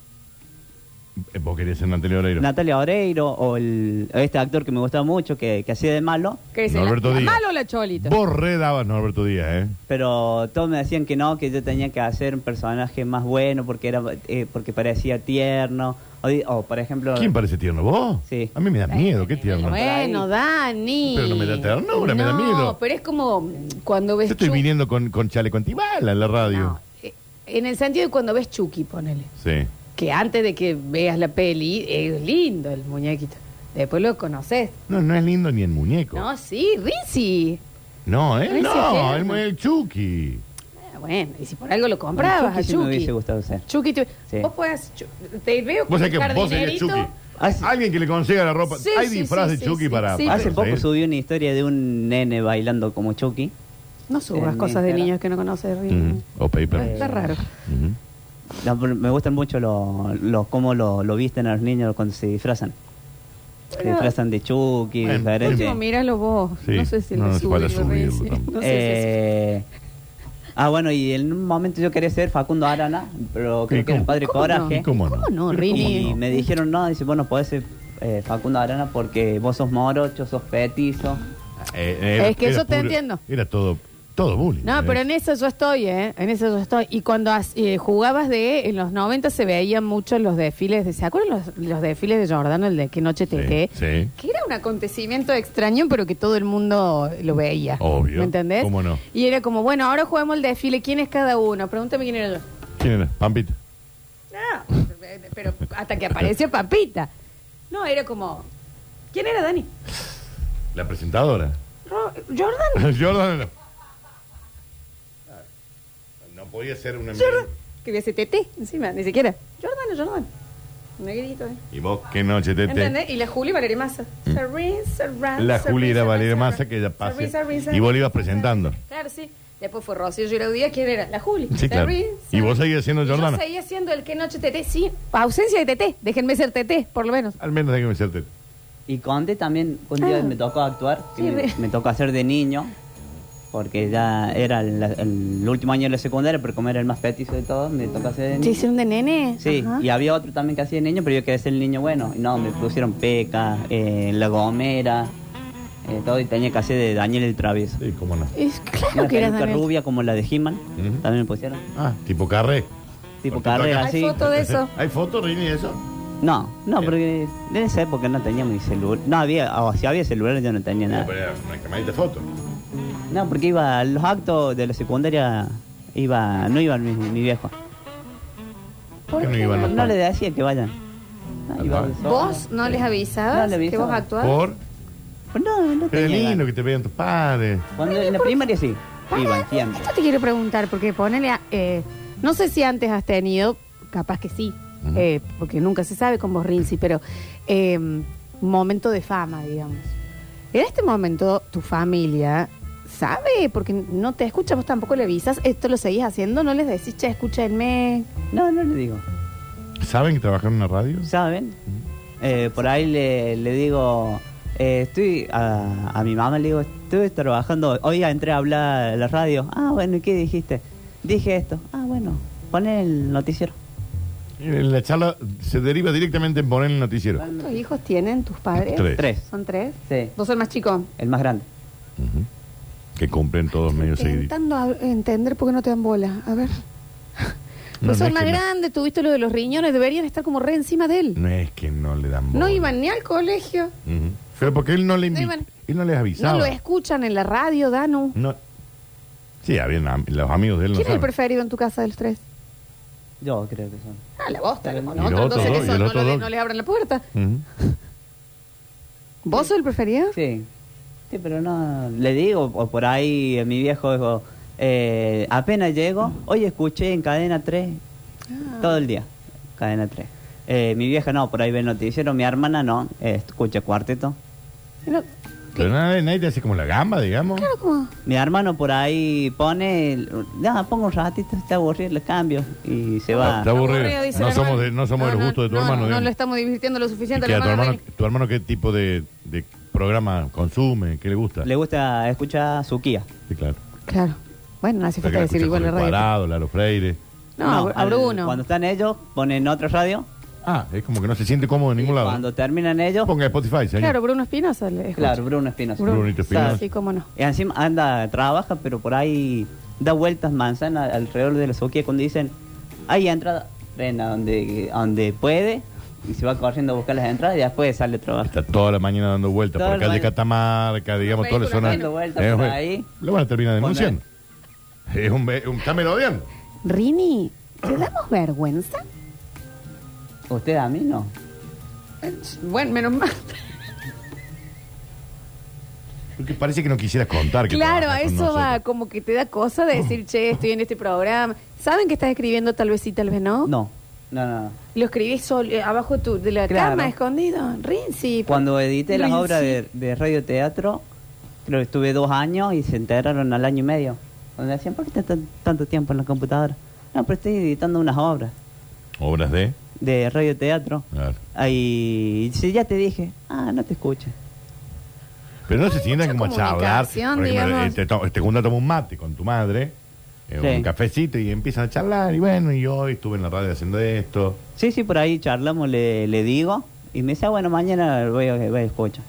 D: Eh, Vos querías ser Natalia Oreiro.
N: Natalia Oreiro o, el- o este actor que me gustaba mucho que, que hacía de malo
C: Quería ser
N: Norberto
C: la, la
N: Díaz.
C: mala o la Cholito.
D: Vos redabas Norberto Díaz, ¿eh?
N: pero todos me decían que no, que yo tenía que hacer un personaje más bueno porque era eh, porque parecía tierno. O, di- o, por ejemplo...
D: ¿Quién parece tierno? ¿Vos? Sí. A mí me da miedo, qué tierno.
C: Bueno, Dani.
D: Pero no me da ternura, me da miedo.
C: No, pero es como cuando ves
D: Yo estoy
C: Chu-
D: viniendo con, con chaleco antibala en la radio.
C: en el sentido de cuando ves Chucky, ponele.
D: Sí.
C: Que antes de que veas la peli, es lindo el muñequito. Después lo conoces.
D: No, no es lindo ni el muñeco.
C: No, sí, Rizzi.
D: No,
C: No
D: ¿eh?
C: es
D: No,
C: ese
D: el,
C: tierno.
D: el Chucky.
C: Ah, Bueno, y si por algo lo comprabas
N: Chucky
C: a
N: sí me
C: Chucky.
N: hubiese gustado ser.
C: Chucky, te-
N: Sí.
C: vos podés, Chu- te veo
D: Vos
C: con
D: sabés que
C: un
D: vos serías
C: jardinerito.
D: Chucky.
N: Ah,
D: Alguien que le consiga la ropa.
C: Sí,
D: Hay
C: sí,
D: disfraz
C: sí,
D: de
C: sí,
D: Chucky
C: sí,
D: para. ¿eh?
C: sí,
D: para
N: Hace poco
D: conseguir.
N: subí una historia de un nene bailando como Chucky.
C: No subas
N: En
C: cosas de
N: Instagram.
C: niños que no conoces, Rizzi.
D: O paper.
C: Está raro.
N: No, pero me gustan mucho los los- cómo lo, lo visten a los niños cuando se disfrazan. Se
C: Pero-
N: disfrazan de Chucky,
C: Bueno,
N: diferente.
C: Último, míralo vos.
N: Sí,
C: No sé si
N: no
C: lo
N: hace falta
C: subes.
N: subirlo
C: No sé si
N: Eh, Ah, bueno, y en un momento yo quería ser Facundo Arana, pero creo
D: ¿Y
N: que era el
D: cómo-
N: padre
D: cómo no?
N: Coraje.
D: ¿Y cómo no? ¿Cómo no, Pero Rini? cómo
N: Y
D: no.
N: me dijeron, no, dice, bueno, podés ser eh, Facundo Arana porque vos sos morocho, sos petizo.
D: Eh, era-
C: Es que
D: era
C: eso te
D: puro-
C: entiendo.
D: Era todo, todo bullying.
C: No,
D: ¿eh?
C: pero en eso yo estoy, ¿eh? En eso yo estoy. Y cuando as- eh, jugabas de... En los 90 se veían mucho los desfiles de... ¿Se acuerdan los, los desfiles de Jordano, el de Qué Noche te qué?
D: Sí.
C: Que era un acontecimiento extraño, pero que todo el mundo lo veía.
D: Obvio.
C: ¿Me entendés?
D: ¿Cómo no?
C: Y era como, bueno, ahora jugamos el desfile. ¿Quién es cada uno? Pregúntame quién era yo.
D: ¿Quién era? Pampita.
C: No, pero hasta que apareció Papita. No, era como... ¿Quién era Dani?
D: La presentadora.
C: Ro- Jordan.
D: Jordan era- No podía ser una.
C: Jordan. Que hubiese TT encima, ni siquiera. Jordan o Jordan. Negrito, ¿eh?
D: Y vos, qué noche, Tete.
C: ¿Entendés? Y la Juli Valeria Massa. Serrín, serrán,
D: Este, Mm. La
C: serrín,
D: Juli era
C: serrán,
D: Valeria
C: serrán.
D: Massa que ella pase.
C: Serrín, serrín, serrán.
D: Y vos le ibas presentando.
C: Claro, sí. Después fue Rocío Girau Díaz. ¿Quién era? La Juli.
D: Sí, claro.
C: Serrín,
D: Y vos seguías siendo
C: serrán.
D: Jordana.
C: Yo seguía siendo el que noche TT. Sí, ausencia de TT. Déjenme ser TT, por lo menos.
D: Al menos déjame ser Tete.
N: Y Conde también, un día
C: Ah.
N: me tocó actuar, que
C: Sí,
N: me,
C: re-
N: me tocó hacer de niño, porque ya era la- el último año de la secundaria, pero como era el más petizo de todos, me tocó hacer de
C: ¿Te
N: niño.
C: hicieron de nene?
N: Sí,
C: Ajá. Ah.
N: y había otro también que hacía niño, pero yo quería ser el niño bueno. Y no, me pusieron Peca, eh, La Gomera, eh, todo, y tenía que hacer de Daniel el Travieso.
D: Sí, cómo no.
C: Es claro
N: Una
C: que era
N: peluca
C: Daniel.
N: rubia como la de He-Man, también me pusieron.
D: Ah, tipo Carré.
N: Tipo
D: Porque
N: Carré,
D: toca-
N: así.
D: ¿Hay fotos, Rini, de eso?
N: No, no, porque en esa época no tenía mi celular. No había, o si había celular yo no tenía nada.
D: Pero era una camarita de fotos.
N: No, porque iba a los actos de la secundaria, iba, no iba mi, mi viejo.
C: ¿Por
D: qué no iban los
N: No le decía que vayan. No, iba solo.
C: ¿Vos no les avisabas
N: No le
C: que vos
N: avisaba.
C: actuabas?
D: Por.
N: No, no
D: Pero es
N: tenía
D: lindo que te vean tus padres.
N: Cuando en la primaria sí, iban siempre.
C: Yo te quiero preguntar, porque ponele, a- eh, no sé si antes has tenido, capaz que sí, eh, porque nunca se sabe con vos, Rinzi, pero eh, momento de fama, digamos. En este momento, tu familia sabe, porque no te escucha, vos tampoco le avisas, esto lo seguís haciendo, no les decís, che, escúchenme.
N: No, no le digo.
D: ¿Saben que trabajan en una radio?
N: ¿Saben? Eh, por ahí le, le digo, eh, estoy a, a mi mamá le digo, estoy trabajando, hoy entré a hablar a la radio. Ah, bueno, ¿y qué dijiste? Dije esto. Ah, bueno, Pon el noticiero.
D: La charla se deriva directamente en poner el noticiero.
C: ¿Cuántos hijos tienen tus padres?
D: Tres. Tres.
C: ¿Son tres?
N: Sí.
C: ¿Vos sos el más chico?
N: El más grande.
D: Que cumplen todos medio seguiditos.
C: Intentando a- entender por qué no te dan bola. A ver.
D: No, no
C: Vos sos pues,
D: es
C: más
D: que no-
C: grande, tuviste lo de los riñones, deberían estar como re encima de él.
D: No es que no le dan
C: No
D: bola.
C: iban ni al colegio,
D: Ujú. Pero porque él no le
C: No
D: invita.
C: iban-
D: él no les avisaba.
C: no lo escuchan en la radio, Danu.
D: No. Sí, habían am- los amigos de él no
C: ¿Quién es el
D: saben.
C: preferido en tu casa de los tres?
N: Yo creo que son.
C: Ah, la bosta, la
D: Y los
C: monota.
D: otros
C: Entonces
D: dos,
C: que
D: y
C: son,
D: los
C: no,
D: otros
C: lo de-
D: dos.
C: no les abren la puerta.
D: Ujú.
C: ¿Vos sos el preferido?
N: Sí. Sí, pero no. Le digo, o por ahí eh, mi viejo dijo, eh, apenas llego, hoy escuché en cadena 3 todo el día. Cadena 3. Eh, mi vieja no, por ahí ve el noticiero, mi hermana no, eh, escucha cuarteto.
C: No,
D: Pero nadie, nadie te hace como la gamba, digamos.
C: claro, como.
N: Mi hermano por ahí pone, el- ya, pongo un ratito, está aburrido, le cambio y se va.
D: Está
C: Ah, Aburrido,
D: aburrido.
C: dice
D: No
C: la
D: somos,
C: hermana.
D: de, no somos de los gustos de tu
C: no,
D: hermano.
C: No,
D: digamos.
C: lo estamos divirtiendo lo suficiente.
D: ¿Y
C: la
D: a tu,
C: hermana
D: hermano, tu hermano qué tipo de, de programa consume? ¿Qué le gusta?
N: Le gusta escuchar Suquía.
D: Sí, claro.
C: Reni- Claro. Bueno, no hace
D: Porque
C: falta
D: la
C: decir
D: escucha
C: igual la
D: Jorge
C: radio.
D: Cuadrado, Lalo Freire.
C: No, a- a
N: al-
C: Bruno.
N: Cuando están ellos, ponen otra radio.
D: Ah, es como que no se siente cómodo en ningún lado.
N: Cuando terminan ellos,
D: Ponga Spotify, señor.
C: Claro, Bruno Espinosa. le escucha.
N: claro, Bruno Espinosa.
D: Bruno. Brunito Espinosa.
C: Sí, cómo no.
N: Y Eh, encima anda, trabaja, pero por ahí da vueltas manzana alrededor de la Suquía cuando dicen, hay entrada, ven a donde, a donde puede y se va corriendo a buscar las entradas y después sale a trabajar.
D: Está toda la mañana dando vueltas
N: Toda
D: por
N: la
D: calle
N: mañana.
D: Catamarca, digamos, toda la
N: vehículo
D: zona.
N: dando vueltas por
D: Eh, bueno.
N: ahí.
D: Lo van a terminar denunciando. Es un, ve- un, está merodeando.
C: Rini, ¿te damos vergüenza?
N: Usted a mí no.
C: Bueno, menos mal.
D: Porque parece que no quisieras contar. que
C: Claro, a
D: trabajas con
C: eso va,
D: nosotros. Mm.
C: como que te da cosa de decir, che, estoy en este programa. ¿Saben que estás escribiendo tal vez sí, tal vez no?
N: No, no, no. no.
C: Lo escribís sol- eh, abajo tu- de la
N: Claro.
C: cama, escondido. Rinzi.
N: Cuando edité las
C: Rinzi.
N: obras de, de radio teatro, creo que estuve dos años y se enteraron al año y medio. Donde decían, ¿por qué estás tan- tanto tiempo en la computadora? No, pero estoy editando unas obras
D: Obras de.
N: de radio teatro.
D: Claro.
N: Ahí, sí, ya te dije, ah, no te escuches.
D: Pero no se sientan como a charlar.
C: comunicación,
D: Por ejemplo,
C: digamos.
D: eh, te, to- te juntas a tomar un mate con tu madre, eh,
N: Sí.
D: un cafecito y empiezan a charlar. Y bueno, y hoy estuve en la radio haciendo esto.
N: Sí, sí, por ahí charlamos, le, le digo. Y me dice, "Ah, bueno, mañana voy a, voy a escuchar.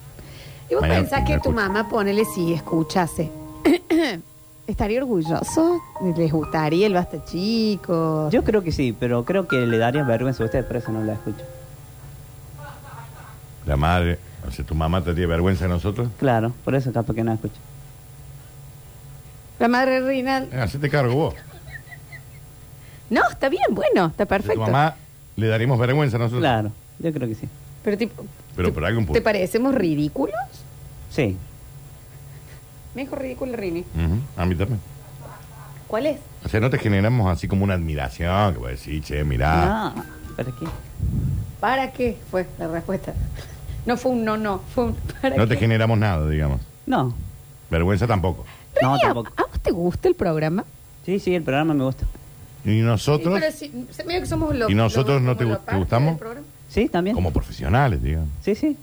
C: Y vos
N: Mañana
C: pensás
N: me
C: que tu
N: escucho.
C: mamá, ponele si escuchase. ¿Estaría orgulloso? ¿Les gustaría el basta chico?
N: Yo creo que sí, pero creo que le daría vergüenza a usted, por eso no la escucho.
D: La madre, o sea, tu mamá te tiene vergüenza de nosotros.
N: Claro, por eso capaz que no la escucho.
C: La madre de Rinal.
D: Eh, hacete cargo vos. De
C: No, está bien, bueno, está
D: tu
C: perfecto.
D: mamá le daríamos vergüenza a nosotros.
N: Claro, yo creo que sí.
C: Pero tipo,
D: Pero por algún
C: ¿te
D: punto.
C: parecemos ridículos?
N: Sí.
C: Me dijo ridículo Rini.
D: Ujú, A mí también.
C: ¿Cuál es?
D: O sea, no te generamos así como una admiración, que voy a decir, che, mirá.
N: No, ¿para qué?
C: ¿Para qué? Fue la respuesta. No fue un no, no. Fue un ¿para
D: No te
C: qué?
D: generamos nada, digamos.
N: No,
D: Vergüenza tampoco.
N: no,
C: Rini, ¿a-
N: tampoco.
C: ¿A vos te gusta el programa?
N: Sí, sí, el programa me gusta.
D: Y nosotros,
C: Pero si, se- medio que somos los.
D: ¿Y nosotros no te
C: somos
D: gu-
C: la
D: te
C: parte
D: gustamos?
C: del programa.
N: Sí, también.
D: como profesionales, digamos.
N: Sí, sí.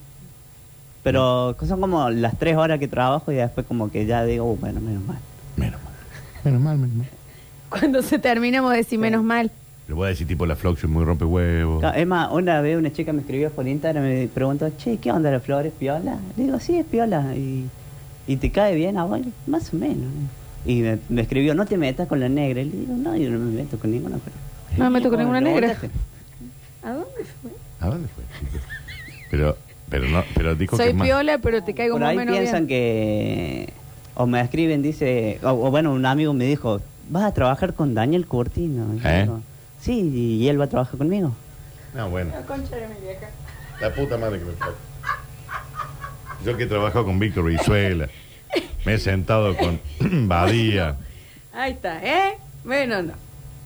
N: Pero son como las tres horas que trabajo y después como que ya digo, "Uh, bueno, menos mal.
D: Menos mal. Menos mal, menos mal.
C: Cuando se terminamos de decir menos mal.
D: Le voy a decir, tipo, la Floxion muy rompehuevos.
C: eh.
N: Claro, Es más, una vez una chica me escribió por Instagram y me preguntó, che, ¿qué onda las flores? ¿Piola? Le digo, sí, es piola. ¿Y, y te cae bien a vos? Más o menos. Y me, me escribió, no te metas con la negra. Y le digo, no, yo no me meto con ninguna. Pero...
C: No me meto
N: Vos
C: con ninguna negra.
N: preguntaste.
C: ¿A dónde fue?
D: ¿A dónde fue? Pero, pero no, pero dijo que
C: Soy
D: es más.
C: piola, pero te caigo
N: Por
C: más o
N: ahí
C: menos
N: piensan
C: bien.
N: que... O me escriben, dice... O, o bueno, un amigo me dijo, vas a trabajar con Daniel Curtino. Y yo
D: ¿Eh?
N: digo, sí, y él va a trabajar conmigo.
D: No, bueno. La puta madre que me fue. Yo que he trabajado con Víctor Rizuela, me he sentado con Badía.
C: Ahí está, ¿eh? Bueno, no.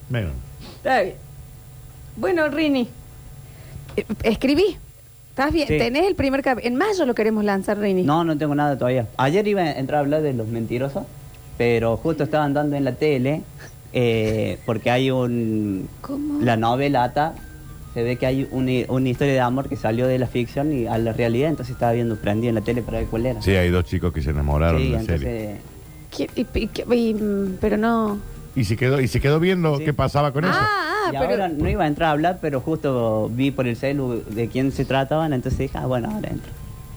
D: Menos.
C: Está bien. Bueno, Rini, eh, escribí. ¿Estás bien?
N: Sí.
C: Tenés el primer cap. En mayo lo queremos lanzar, Rini.
N: No, no tengo nada todavía. Ayer iba a entrar a hablar de los mentirosos, pero justo estaba andando en la tele eh, porque hay un...
C: ¿Cómo?
N: La novela ATA, se ve que hay una, una historia de amor que salió de la ficción y a la realidad, entonces estaba viendo prendido en la tele para ver cuál era.
D: Sí, hay dos chicos que se enamoraron
N: Sí,
D: en la
N: entonces...
D: serie.
C: ¿Qué- y- y- qué- y, mm, pero no.
D: Y Y se quedó, y se quedó viendo qué pasaba con eso.
C: Ah.
N: y ahora no iba a entrar a hablar, pero justo vi por el celu de quién se trataban, entonces dije, ah, bueno, ahora entro.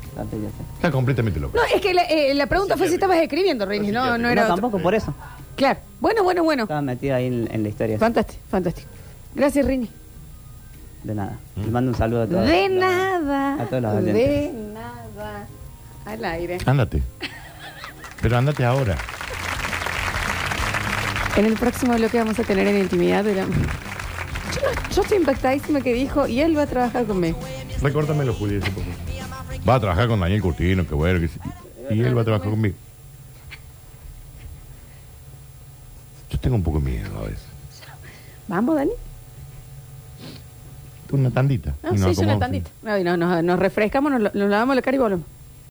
N: Entonces ya sé.
D: Está completamente loco.
C: No, es que la, eh, la pregunta fue si estabas escribiendo, Rini. No, no era.
N: No,
C: otro.
N: tampoco por eso.
C: Claro. Bueno, bueno, bueno.
N: Estaba metido ahí en, en la historia.
C: Fantástico, fantástico. Gracias, Rini.
N: De nada.
D: Mm.
N: Les mando un saludo a todos.
C: De nada.
N: a todos los
C: de
N: oyentes.
C: nada. Al aire.
D: Ándate. Pero ándate ahora.
C: En el próximo bloque vamos a tener en intimidad. de la- Yo, no- yo estoy impactadísima que dijo, y él va a trabajar conmigo.
D: Recórtamelo, Juli, ese poco. Va a trabajar con Daniel Curtino, qué bueno. que sí. y él va a trabajar conmigo. Yo tengo un poco de miedo a veces.
C: Vamos, Dani.
D: Una tandita.
C: No,
D: Y nos
C: sí, yo una
D: acomodamos.
C: Ah, tandita. No, y no, no, nos refrescamos, nos, lo- nos lavamos la cara y volvemos.